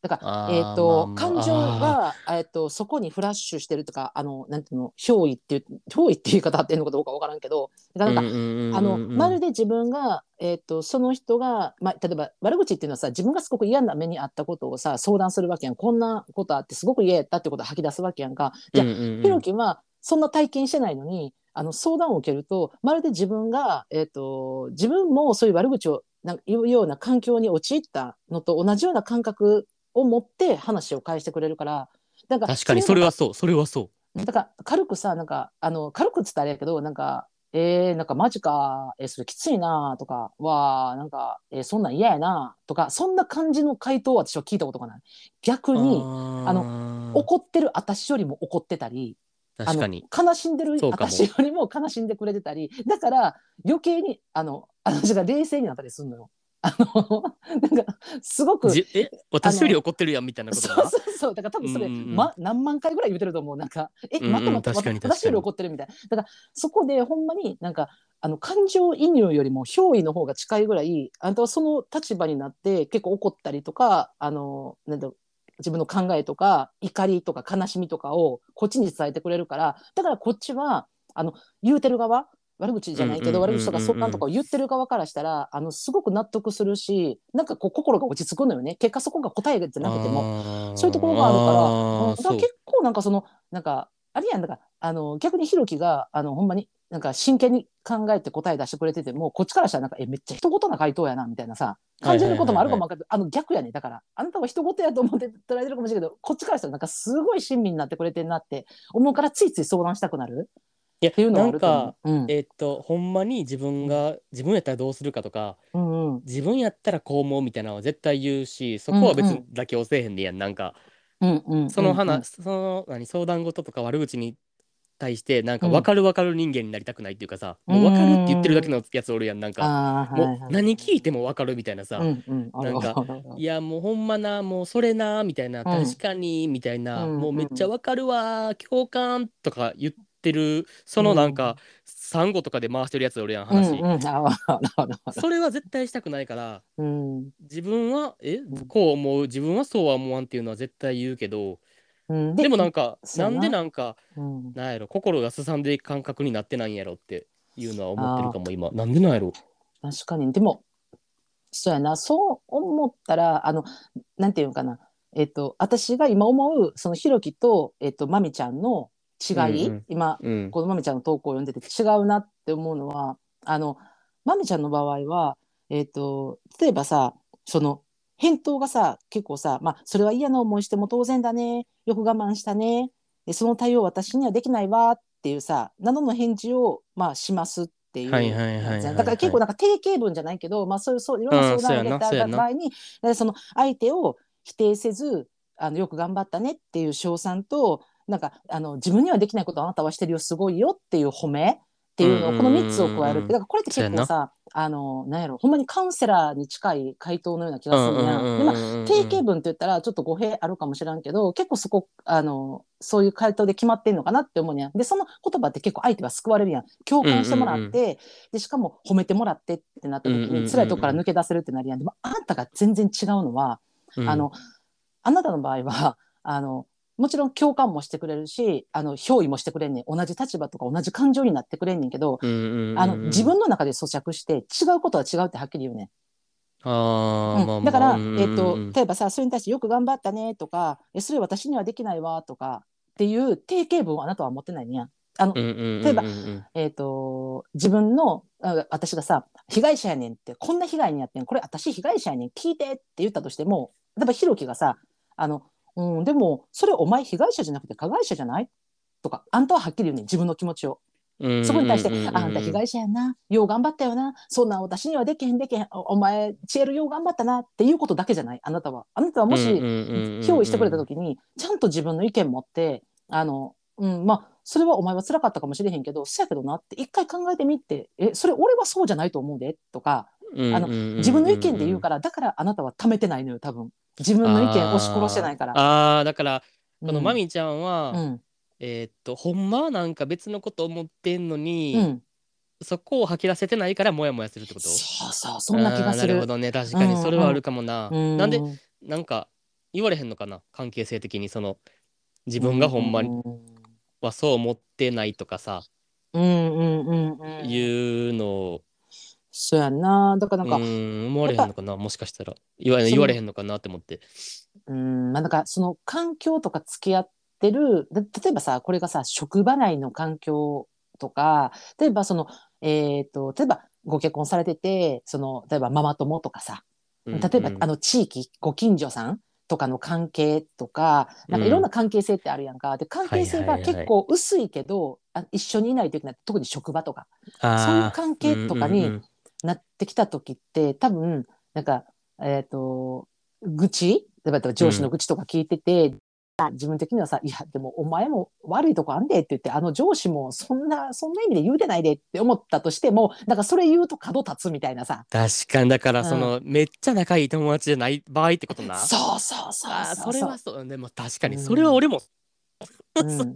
だからあ、ーえっとまあ感まあ情が、えっとそこにフラッシュしてるとかあのなんていうの憑依っていう憑依っていう言い方あってんのかどうか分からんけどだかう。らなんかああのまるで自分が、えー、とその人が、まあ、例えば悪口っていうのはさ自分がすごく嫌な目にあったことをさ相談するわけやんこんなことあってすごく嫌やったってことを吐き出すわけやんかじゃあ、ひろきはそんな体験してないのにあの相談を受けるとまるで自分が、えー、と自分もそういう悪口をなんか言うような環境に陥ったのと同じような感覚を持って話を返してくれるから。なんか確かにそれははそう、それはそだから軽くさなんかあの軽くっつったらあれやけどなんかえー、なんかマジか、えーそれきついなとかわあなんか、えーそんなん嫌やなとかそんな感じの回答を私は聞いたことがない逆う。にあの怒ってる私よりも怒ってたりあ確のかに。悲しんでるそうかも私よりも 悲しんでくれてたりだから余計にあの私が冷静になったりするのよ。あの なんかすごくじえ、私より怒ってるやんみたいなことそがうそうそうだから多分それ、うんうんうんま、何万回ぐらい言ってると思うなんかえうんうんまたまた確かに確かに私より怒ってるみたいなだからそこでほんまになんかあの感情移入よりも憑依の方が近いぐらいあんたはその立場になって結構怒ったりとかあのなんだろう自分の考えとか怒りとか悲しみとかをこっちに伝えてくれるからだからこっちはあの言うてる側悪口じゃないけどうんうんうんうん悪口とかそんなんとかを言ってる側からしたらあのすごく納得するしなんかこう心が落ち着くのよね結果そこが答えじゃなくてももそういうところがあるからうんだからそう結構なんかそのなんかあれやんだからあの逆にひろきがあのほんまになんか真剣に考えて答え出してくれててもこっちからしたらなんかえめっちゃ一言な回答やなみたいなさ感じることもあるかもわかる、あの逆やねだからあなたは一言やと思って捉えてるかもしれないけどこっちからしたらなんかすごい親身になってくれてるなって思うからついつい相談したくなるいやっていうのはなあんると思かう。うんえっとほんまに自分が自分やったらどうするかとかうんうん自分やったらこう思うみたいなのは絶対言うしそこは別うんうに妥協せえへんでいいやんなんかうんうんその話、その何相談事とか悪口に対してなんかうん分かる分かる人間になりたくないっていうかさ、もう分かるって言ってるだけのやつおるやんなんか、あーもはいう何聞いても分かるみたいなさ、はいうんうんあるなんかあるあるあるいやもうほんまなもうそれなみたいな、確かにみたいな、うんもうめっちゃ分かるわ共感とか言ってるそのなんか、産後とかで回してるやつおるやん話、うんうんあわわわわそれは絶対したくないからうん自分はえんこう思う自分はそうは思わんっていうのは絶対言うけどうんでもなんか、かそうやななんでなんかうんなんやろ心がすさんでいく感覚になってないんやろっていうのは思ってるかも今なんでなんやろ確かにでもそうやなそう思ったらあのなんていうのかなえっ、と私が今思うそのひろきとえっ、とまみちゃんの違い、うんうん今うんこのまみちゃんの投稿を読んでて違うなって思うのはあのまみちゃんの場合はえっ、と例えばさその返答がさ結構さ、まあ、それは嫌な思いしても当然だねよく我慢したねでその対応私にはできないわっていうさなどの返事を、まあ、しますっていうはいはいはいはいはいだから結構なんか定型文じゃないけど、まあ、そういうそういろんうなん相談をそう受やけなた場合にでその相手を否定せずあのよく頑張ったねっていう称賛となんかあの自分にはできないことあなたはしてるよすごいよっていう褒めっていうのをうんこの3つを加えるってだからこれって結そうや構さあのなんやろほんまにカウンセラーに近い回答のような気がするんやん。でまあ定型文って言ったらちょっと語弊あるかもしれんけど結構そこあのそういう回答で決まってんのかなって思うねんでその言葉って結構相手は救われるやん共感してもらって、うんうんでしかも褒めてもらってってなった時うんうんうんに辛いとこから抜け出せるってなるやんでもあなたが全然違うのは、うんあのあなたの場合は あのもちろん共感もしてくれるしあの憑依もしてくれんねん同じ立場とか同じ感情になってくれんねんけど、うんうんうんあの自分の中で咀嚼して違うことは違うってはっきり言うねん。あーまあまあだから、うんうんうんえっと例えばさそれに対して「よく頑張ったね」とか「えそれ私にはできないわ」とかっていう定型文をあなたは持ってないねやん。あの、うんうんうんうん例えばうんえっと自分のあ私がさ「被害者やねん」ってこんな被害にやってんこれ私被害者やねん聞いてって言ったとしても例えばひろきがさ「あのうんでもそれお前被害者じゃなくて加害者じゃない?」とかあんたははっきり言うねん自分の気持ちを。うんそこに対してうんうんうんう「あんた被害者やなよう頑張ったよなそんなん私にはできへんできへんおお前知恵るよう頑張ったな」っていうことだけじゃないあなたは。あなたはもうんうんしうんうん憑依してくれた時にちゃんと自分の意見持ってあの、うん、まあそれはお前は辛かったかもしれへんけどそやけどなって一回考えてみって「えそれ俺はそうじゃないと思うで」とかあのうんうんうんうん自分の意見で言うからだからあなたは貯めてないのよ多分自分の意見押し殺してないから。あーあーだからこうのんまみちゃんは、うんえーっとほんまはなんか別のこと思ってんのに、うん、そこを吐き出せてないからモヤモヤするってことそうそうそんな気がすあーなる。るほどね確かにそれはあるかもな、うなんでなんか言われへんのかな関係性的にその自分がほんまうはそう思ってないとかさ、うんうんうんうん。いうのをそうやんな。だからうなんか、うん、ん思われへんのかなもしかしたら言わその言われへんのかなって思ってまあなんかその環境とか付き合ってる、で例えばさ、これがさ、職場内の環境とか、例えばその、えっ、と、例えばご結婚されてて、その、例えばママ友とかさ、例例えば、あの地域、ご近所さんとかの関係とか、なんかいろんな関係性ってあるやんか。で、関係性が結構薄いけど、あ一緒にいないといけない、特に職場とか。そういう関係とかになってきた時って多分なんかえっ、と愚痴例えば上司の愚痴とか聞いてて、あ自分的にはさ「いやでもお前も悪いとこあんで」って言ってあの上司もそんなそんな意味で言うてないでって思ったとしてもなんかそれ言うと角立つみたいなさ確かにだからうんその、めっちゃ仲いい友達じゃない場合ってことなそうそうそうあーそそうれそうはそうでも確かにうんそれは俺も、 うんそんな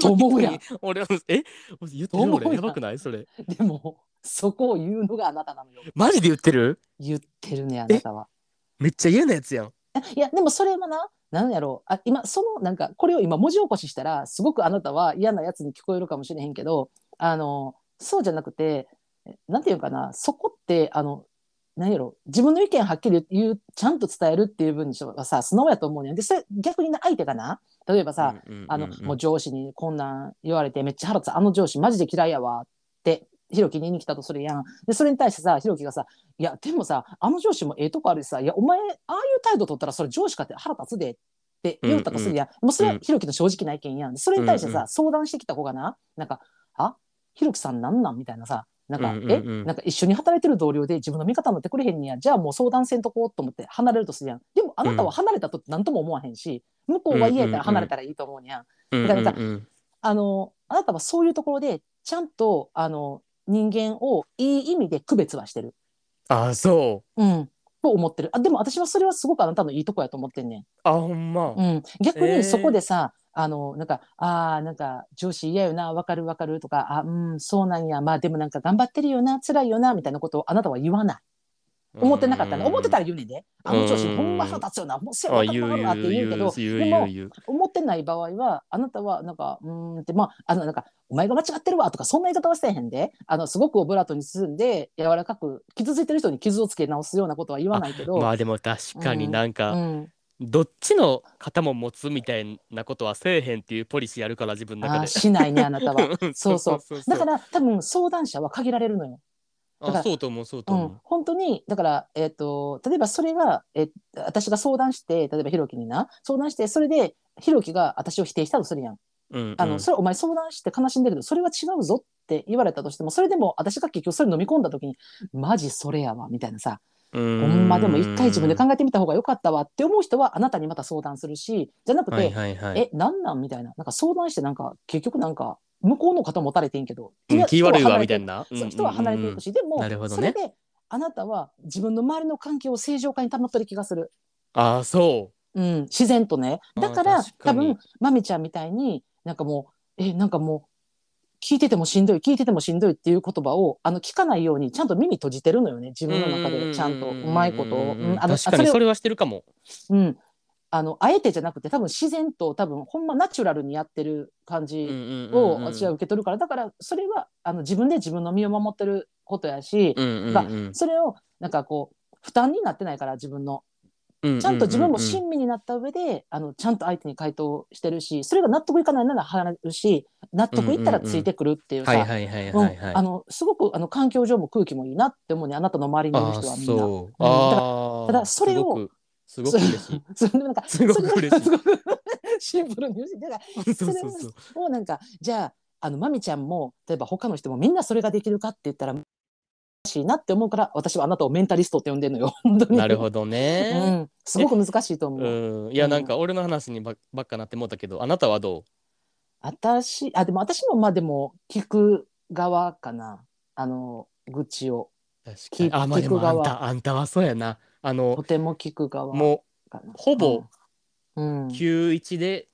と思うやん人に 俺はえ言ってとる思うやん俺やばくないそれでもそこを言うのがあなたなのよマジで言ってる言ってるねあなたは。めっちゃ嫌なやつやんいやでもそれもな何やろうあ今そのなんかこれを今文字起こししたらすごくあなたは嫌なやつに聞こえるかもしれへんけどあのそうじゃなくてえなんていうかなそこってあの何やろ自分の意見はっきり言うちゃんと伝えるっていう分にしてはさ素直やと思うねんでそれ逆に相手かな例えばさ、うんうんうんうんあの、もう上司にこんなん言われて、めっちゃ腹立つ、あの上司マジで嫌いやわって、ひろきに言いに来たとするやん。で、それに対してさ、ひろきがさ、いや、でもさ、あの上司もええとこあるしさ、いや、お前、ああいう態度取ったら、それ上司かって腹立つで。って言ったとするやん。もうそれはひろきの正直な意見やん。それに対してさ、うんう相談してきた子がな、なんか、あひろきさんなんなんみたいなさ、なんか、うんうんうんえなんか一緒に働いてる同僚で自分の味方になってくれへんねや。じゃあもう相談せんとこうと思って離れるとするやん。でもあなたは離れたとって何とも思わへんし、向こうは嫌やったら離れたらいいと思うにゃん。うんだからさうんうんあの、あなたはそういうところで、ちゃんと、あの、人間をいい意味で区別はしてる。ああそううん。と思ってる。あ、でも私はそれはすごくあなたのいいとこやと思ってんねん。あほんま、うん。逆えーにそこでさ、あの、なんか、ああ、なんか、上司嫌よな、わかるわかるとか、あ、うん、そうなんや、まあでもなんか頑張ってるよな、辛いよな、みたいなことをあなたは言わない。思ってなかったね。思ってたら言うねんで。あの上司、うんほんま腹立つよな、もうせやあわか言るうわかる言わっうて言うけど、言う言うで言うも、言う思ってない場合は、あなたは、なんか、うーんって、まあ、あの、なんか、お前が間違ってるわとか、そんな言い方はせえへんで、あの、すごくオブラートに包んで、柔らかく、傷ついてる人に傷をつけ直すようなことは言わないけど、まあでも確かになんうかん。どっちの型も持つみたいなことはせえへんっていうポリシーあるから自分のあ中ーでしないね、あなたは。そうそう そうだから、多分、相談者は限られるのよ。だかあらそうと思うそうとう、思うん本当にだから、えっと例えばそれが、え私が相談して例えばひろきにな相談してそれでひろきが私を否定したとするやんうんうんあの、それお前相談して悲しんだけど、それは違うぞって言われたとしても、それでも私が結局それ飲み込んだ時に、マジそれやわ、みたいなさ、ほほんんまでも一回自分で考えてみた方が良かったわって思う人は、あなたにまた相談するし、じゃなくて、はいはいはいえ、なんなんみたいな、なんか相談してなんか、結局なんか、向こうの肩持たれてんけど、うん気悪いわみ人たはいなそう人は離れていくしし、でも、なるほどそねれで、あなたは自分の周りの環境を正常化に保ってる気がする。ああそうん、自然とね。あーだから、確か多に分、まみちゃんみたいに、なんかもう、え、なんかもう、聞いててもしんどい、聞いててもしんどいっていう言葉を、あの、聞かないように、ちゃんと耳閉じてるのよね。自う分の中で、ちゃんと、ううまいことを。うん、あの、あ確かにそそれを、れはしてるかもうん。あの、あえてじゃなくて、多分自然と、多分、ほんまナチュラルにやってる感うんじうんうんを、うん私は受け取るから、だから、それは、あの、自分で自分の身を守ってることやし、うんうんうんそれを、なんかこう、負担になってないから、自分の。うんうんうんうんちゃんと自分も親身になった上で、あの、ちゃんと相手に回答してるし、それが納得いかないなら離れるし、納得いったらついてくるっていうはいさ、はいはいうんはいはいあの、すごく、あの、環境上も空気もいいなって思うね、あなたの周りにいる人はみんな。そうあーただそれをすごくすごく嬉しい。 それでなんか、すご くそれ嬉しいすごく シンプルに嬉しい。だから、 そそうれそうそう。もうなんか、じゃあ、あの、まみちゃんも、例えば他の人もみんなそれができるかって言ったら、難しいなって思うから、私はあなたをメンタリストって呼んでるのよ、本当に。なるほどうね。ん。すごく難しいと思う。うん、いやなんか俺の話にばばっかなってもうたけどあなたはど私、あ、でも私もまあでも聞く側かな。あの、愚痴を。う確かにあまあでも聞くあん側たあんたはそうやなあとのても聞く側もかな。ほぼうん、うんう91で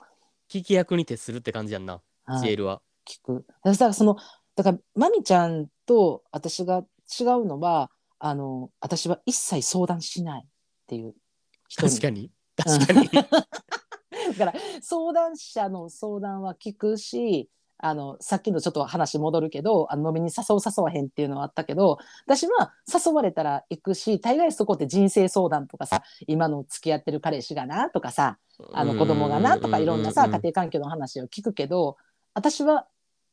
聞き役に徹するって感じやんな、はいジェールは。聞く。だからその、だから、まみちゃんと私が違うのは、あの、私は一切相談しないっていう人に確かに確かに。だから相談者の相談は聞くしあのさっきのちょっと話戻るけどあの飲みに誘う誘わへんっていうのはあったけど私は誘われたら行くし大概そこって人生相談とかさ今の付き合ってる彼氏がなとかさ あの子供がなとかいろんなさ家庭環境の話を聞くけど私は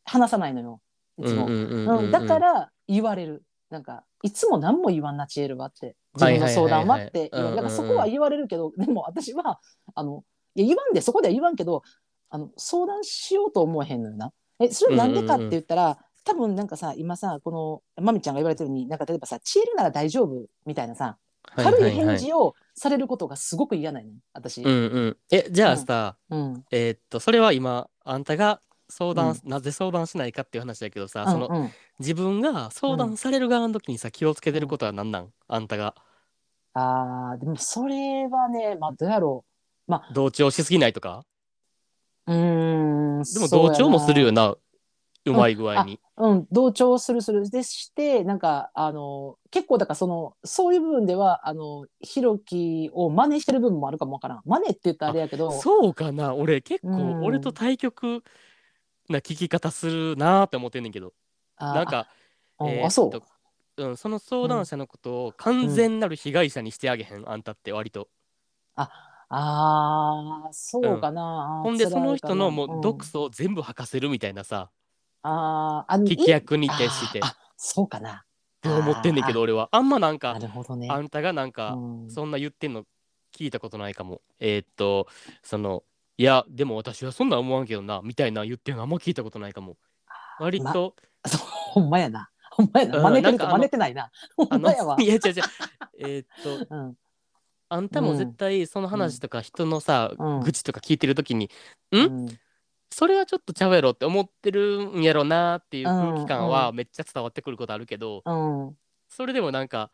話さないのよいつも。うん、だからら言われる。なんか、いつも何も言わんな、チエルはって。自分の相談はって言わはいはいはいはいれる。だからそこは言われるけど、でも私は、あの、いや言わんで、そこでは言わんけど、あの、相談しようと思えへんのよな。え、それはなんでかって言ったら、多分なんかさ、今さ、この、まみちゃんが言われてるように、なんか例えばさ、チエルなら大丈夫みたいなさ、軽い返事をされることがすごく嫌なのね、私。うんうんえじゃあさ、うん。えーっとそれは今あんたが相談、なぜ相談しないかっていう話だけどさ、そのうんうん自分が相談される側の時にさ気をつけてることは何なんあんたがああ、でもそれはね、まあ、どうやろ同調しすぎないとかう。うーん。でも同調もするよなうまい具合に。うん、同調するするでして、なんか、あの、結構、だからその、そういう部分では、あの、ひろきを真似してる部分もあるかもわからん。真似って言ったらあれやけど、そうかな俺結構うん俺と対極な聞き方するなーって思ってんねんけどあなんかあ、うんえあ、ーっそとうん、その相談者のことを完全なる被害者にしてあげへん、あんたって割と。ああ、そうかな。ほんでその人のもう毒素。素を全部吐かせるみたいなさ、あーあの、聞き役に徹してあーあそうかな。と思ってんねんけど俺はあんまなんなかるほどね。あんたがなんかうんそんな言ってんの聞いたことないかも。えーっとそのいやでも私はそんな思わんけどなみたいな言ってんのあんま聞いたことないかも。割と、そうほんまやな。ほんまやな。うん真似てるなんかかあの真似てないな。ほんまやわあの。いや違う違うえーっとうん。あんたも絶対その話とか人のさ、うん愚痴とか聞いてる時に、うんんそれはちょっとちゃうやろって思ってるんやろなっていう空気感うんはうめっちゃ伝わってくることあるけど、うん。それでもなんか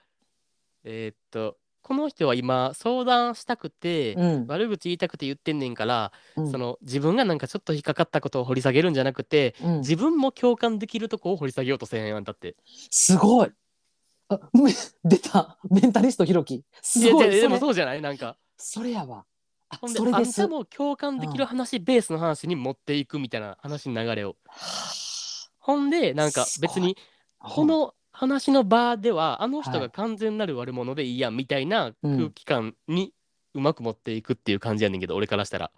えーっとこの人は今相談したくて、うん。悪口言いたくて言ってんねんから、うんその自分がなんかちょっと引っかかったことを掘り下げるんじゃなくて、うん自分も共感できるとこを掘り下げようとせえへんあんだって。すごい。あ、め 出た。メンタリストひろき。すごい。ややでもそれそうじゃないなんかそれやわ。あほんでそれあでんす。たも共感できる話、ベースの話に持っていくみたいな話の流れを。ほんでなんかすごい別にこうん、の話の場ではあの人はがい完全なる悪者でいいやんみたいなうん空気感にうまく持っていくっていう感じやねんけど、俺からしたら。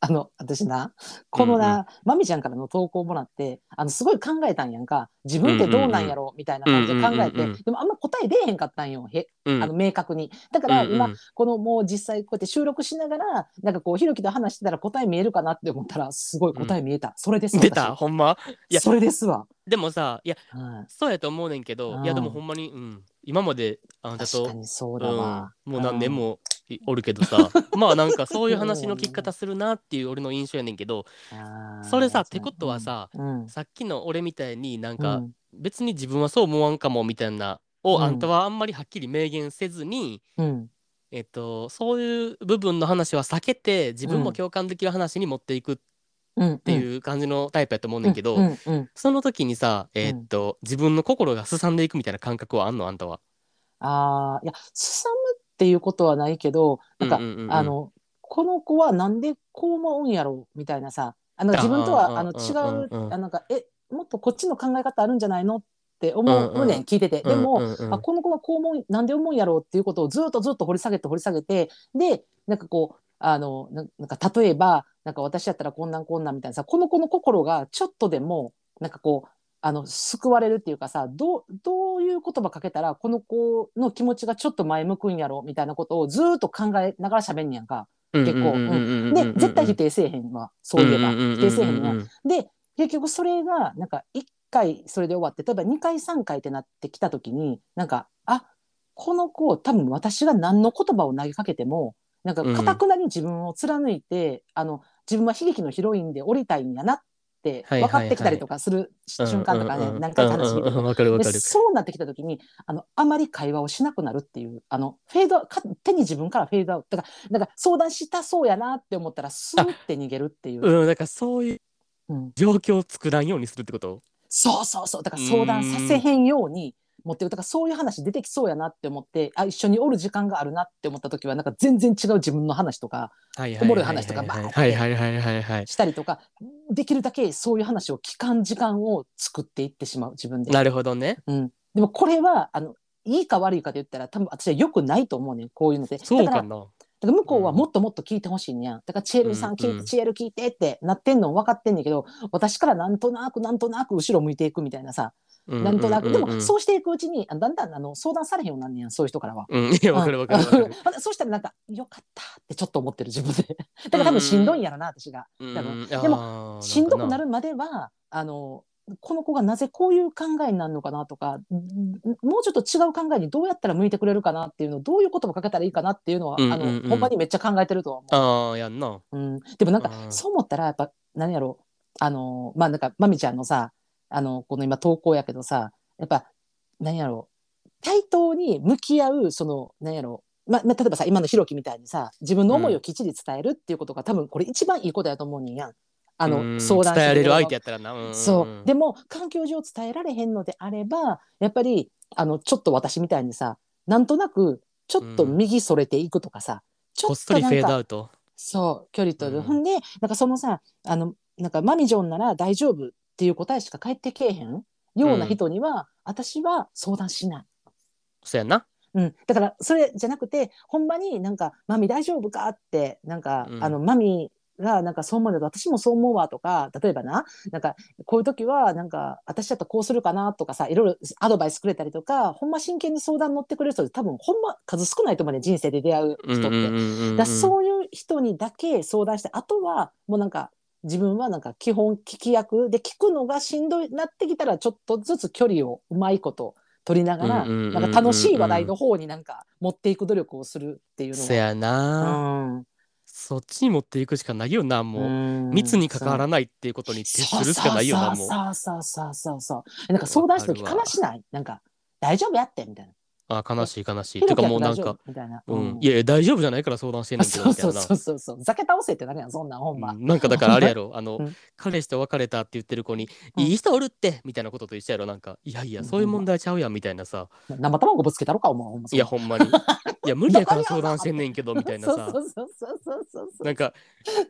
あの、私な、このうんな、まみちゃんからの投稿もらって、あの、すごい考えたんやんか。自分ってどうなんやろうみたいな感じで考えうんうんうんうんて、でもあんま答え出えへんかったんよ。へ、うんあの、明確に。だから今、このもう実際こうやって収録しながら、なんかこう、ひろきと話してたら答え見えるかなって思ったら、すごい答え見えた。それです。 出た私ほんまいやそれですわ。でもさいやうんそうやと思うねんけど、いやうんでもほんまに、うん、今まであなた確とか、にそううん、だわも。う何年もいおるけ どさ、まあなんかそういう話の聞き方するなっていう俺の印象やねん けどあーそれさってことは、さ、うん。さっきの俺みたいになんうかん別に自分はそう思わんかもみたいなを、うんあんたはあんまりはっきり明言せずに、うん。えっと、そういう部分の話は避けて自分も共感できる話に持っていくっうん。っていう感じのタイプやと思うねんけど、うんうんその時にさ、えっと自分の心がすさんでいくみたいな感覚はあんのあんたは。ああ、いや、すさむっていうことはないけど、なんか、うんうんうんうんあの、この子はなんでこう思うんやろうみたいなさ、あの、自分とあーは、あの、うん違う、うんうんあなんか、え、もっとこっちの考え方あるんじゃないのって思うねん、聞いてて。でも、うんうんうんあこの子はこう思うなんで思うんやろうっていうことをずっとずっと掘り下げて掘り下げてでなんかこうあのななんか例えばなんか私だったらこんなんこんなんみたいなさこの子の心がちょっとでもなんかこうあの救われるっていうかさどうどういう言葉かけたらこの子の気持ちがちょっと前向くんやろみたいなことをずっと考えながら喋んねやんか。結構うんうんうんうんうんうでん絶対否定せえへんわそういえばうんうんうんうん否定せえへんわうんうんで結局それがなんか1回それで終わって例えば2回3回ってなってきた時になんかあこの子多分私が何の言葉を投げかけてもなんかうんかたくなに自分を貫いて、あの自分は悲劇のヒロインで降りたいんやなってはい分はいかはいってきたりとかする瞬間とかうんうんうねん何回か話聞いてうんうんうてんわかるわでかる。そうなってきた時にあのあまり会話をしなくなるっていうあのフェード勝手に自分からフェードアウトだからなんか相談したそうやなって思ったらスーって逃げるっていう。うん、だからそういううん状況を作らんようにするってことそうそうそうだから相談させへんように持ってるだからそういう話出てきそうやなって思ってあ一緒におる時間があるなって思った時はなんか全然違う自分の話とかはいおもろい話とかバーってはいはいはいはいはい。したりとかできるだけそういう話を聞かん時間を作っていってしまう自分で。なるほどね。うん、でもこれはあのいいか悪いかで言ったら多分私は良くないと思うねんこういうので。そうだからかな。だから向こうはもっともっと聞いてほしいんやん。だからチエルさん聞いて、うんうんチエル聞いてってなってんの分かってんねんけど私からなんとなくなんとなく後ろ向いていくみたいなさなんとなく、でもうそうしていくうちにあだんだんあの相談されへんようになんねやんそういう人からは。んうん。うん、いや、わかるわかるわかうるん。 あそうしたらなんか「よかった」ってちょっと思ってる自分で だから多分しんどいんやろな私がうんだからうんでもしんどくなるまではあのこの子がなぜこういう考えになるのかなとかんもうちょっと違う考えにどうやったら向いてくれるかなっていうのをどういう言葉かけたらいいかなっていうのは、うんあうんうんのほんまにめっちゃ考えてるとは思う。ああ、やんな。うん、でもなんか、うんそう思ったらやっぱ何やろあのまあなんかまみちゃんのさあのこの今投稿やけどさやっぱ何やろ対等に向き合うその何やろまあ、まあ例えばさ今のひろきみたいにさ自分の思いをきっちり伝えるっていうことが、多分これ一番いいことやと思うねんやん。あの、うん相談して伝えられる相く手やったらな。うんうんうんそう。でも環境上伝えられへんのであればやっぱりあのちょっと私みたいにさなんとなくちょっと右それていくとかさ、ちょこっっそとりなフんェーかドアウト。そう距離とる、うんほんでなんかそのさあのなんかマミジョンなら大丈夫っていう答えしか返ってけえへんような人には、私は相談しない。そうやんな。うん、だからそれじゃなくてほんまになんか「マミ大丈夫か?」ってなんか、うんあのマミがなんかそう思うんだけど私もそう思うわとか例えばななんかこういう時はなんか私だとこうするかなとかさいろいろアドバイスくれたりとかほんま真剣に相談乗ってくれる人って多分ほんま数少ないと思うね人生で出会う人って。だからうそういう人にだけ相談してあとはもうなんか自分はなんか基本聞き役で聞くのがしんどいなってきたらちょっとずつ距離をうまいこと取りながらうんうんうんうんなんか楽しい話題の方になんか持っていく努力をするっていんうのそうやな、がそっちに持っていくしかないよな、もう。うん密に関わないらないっていうことに徹するしかないよな、もう。さあさあさあさあさあなんか相談した時わかるわ悲しないなんか大丈夫やってみたいな。あ悲しい悲しい。ひてろきかやもうっなんて大丈か夫、みたいな。ううんん、いやいや大丈夫じゃないから相談してんねんけどそうみた いそうなそうそうそう。ざけ倒せってなるやんそんなんほんま。うんなんかだからあれやろ、あの、うん彼氏と別れたって言ってる子に、うんいい人おるってみたいなことと一緒やろ、なんか、いやいや、そういう問題ちゃうやんみたいなさ、生卵ぶつけたろかお前ほんまそいれや、ほんまに、いや、無理やから相談してんねんけどみたいなさ、 そうそうそうそうそうそう。なんか、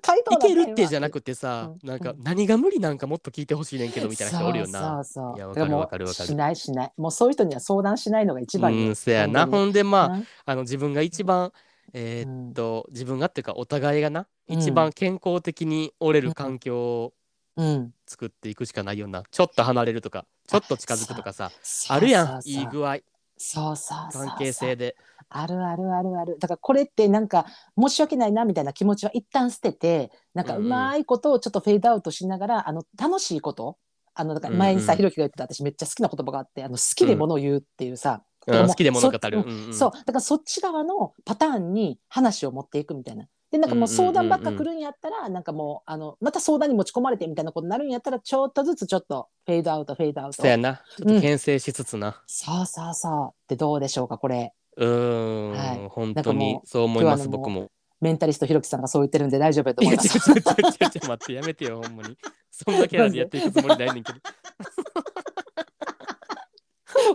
回答いなんけかるってじゃなくてさ、うんなんか、うん何が無理なんかもっと聞いてほしいねんけ今どみたいな人おるよな。。そうそうそういやわだかるらもうわかるわかるしないしない。もうそういう人には相談しないのが一う番よ。ん、そやな。ほんで、まあ、あ、あの自分が一番、えーうんっと自分がっていうかお互いがなうん一番健康的に折れうるん環境をうん。作っていくしかないようなちょっと離れるとかちょっと近づくとかさそうあるやそんうそういい具合そうそうそうそう関係性であるあるあるある。だからこれってなんか申し訳ないなみたいな気持ちは一旦捨てて、なんかううんうんまいことをちょっとフェードアウトしながら、あの楽しいこと。あのだから前にさ、うんうんひろきが言ってた私めっちゃ好きな言葉があって、あの好きで物を言うっていうさ。うんもう好きで物語そるうんうんそうだからそっち側のパターンに話を持っていくみたいな。でなんかもう相談ばっか来るんやったら、なんかもうあのまた相談に持ち込まれてみたいなことになるんやったらちょっとずつちょっとフェードアウトフェードアウトそやなちょっと牽制しつつなそうそうそうってどうでしょうかこれうーん、は本なんか当にもそう思いま今す日は僕もメンタリストひろきさんがそう言ってるんで大丈夫だとい思やい違うま違す。う違う違う待ってやめてよほんまにそんなキャラでやっていくつもりないねんけど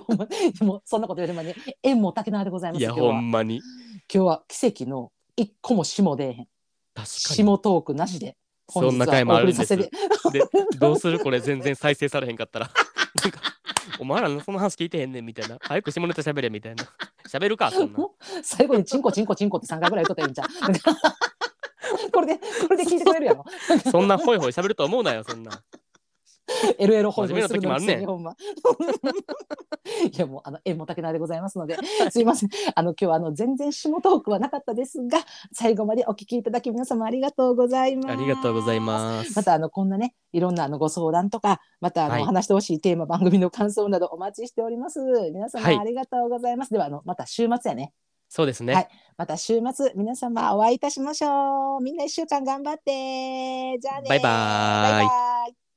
ほん まもうそんなことよりもね縁も竹縄でございまいすや今日ほはんまに今日は奇跡の一個も下出えへん確かに下トークなしでそんな回もあるんです本日はお送りさでどうするこれ全然再生されへんかったらなんかお前らのその話聞いてへんねんみたいな早く下ネタ喋れみたいな喋るかそせんてなも う最後にチンコチンコチンコって三回ぐらい言っとったらいいんじゃん これでこれで聞いてくれるやろそんなホイホイ喋ると思うなよそんな LL ホイホイする真面目な時ものあにるせねんにほんま いやもうあの縁も竹縄でございます のですいませんあの今日はあの全然下トークはなかったですが最後までお聞きいただき皆様ありがとうございますありがとうございますまたあのこんなねいろんなあのご相談とかまたあの、はい話してほしいテーマ番組の感想などお待ちしております皆様はいありがとうございます、ではあのまた週末やねそうですね、はいまた週末皆様お会いいたしましょうみんな一週間頑張ってじゃあねバイバーイバイバイ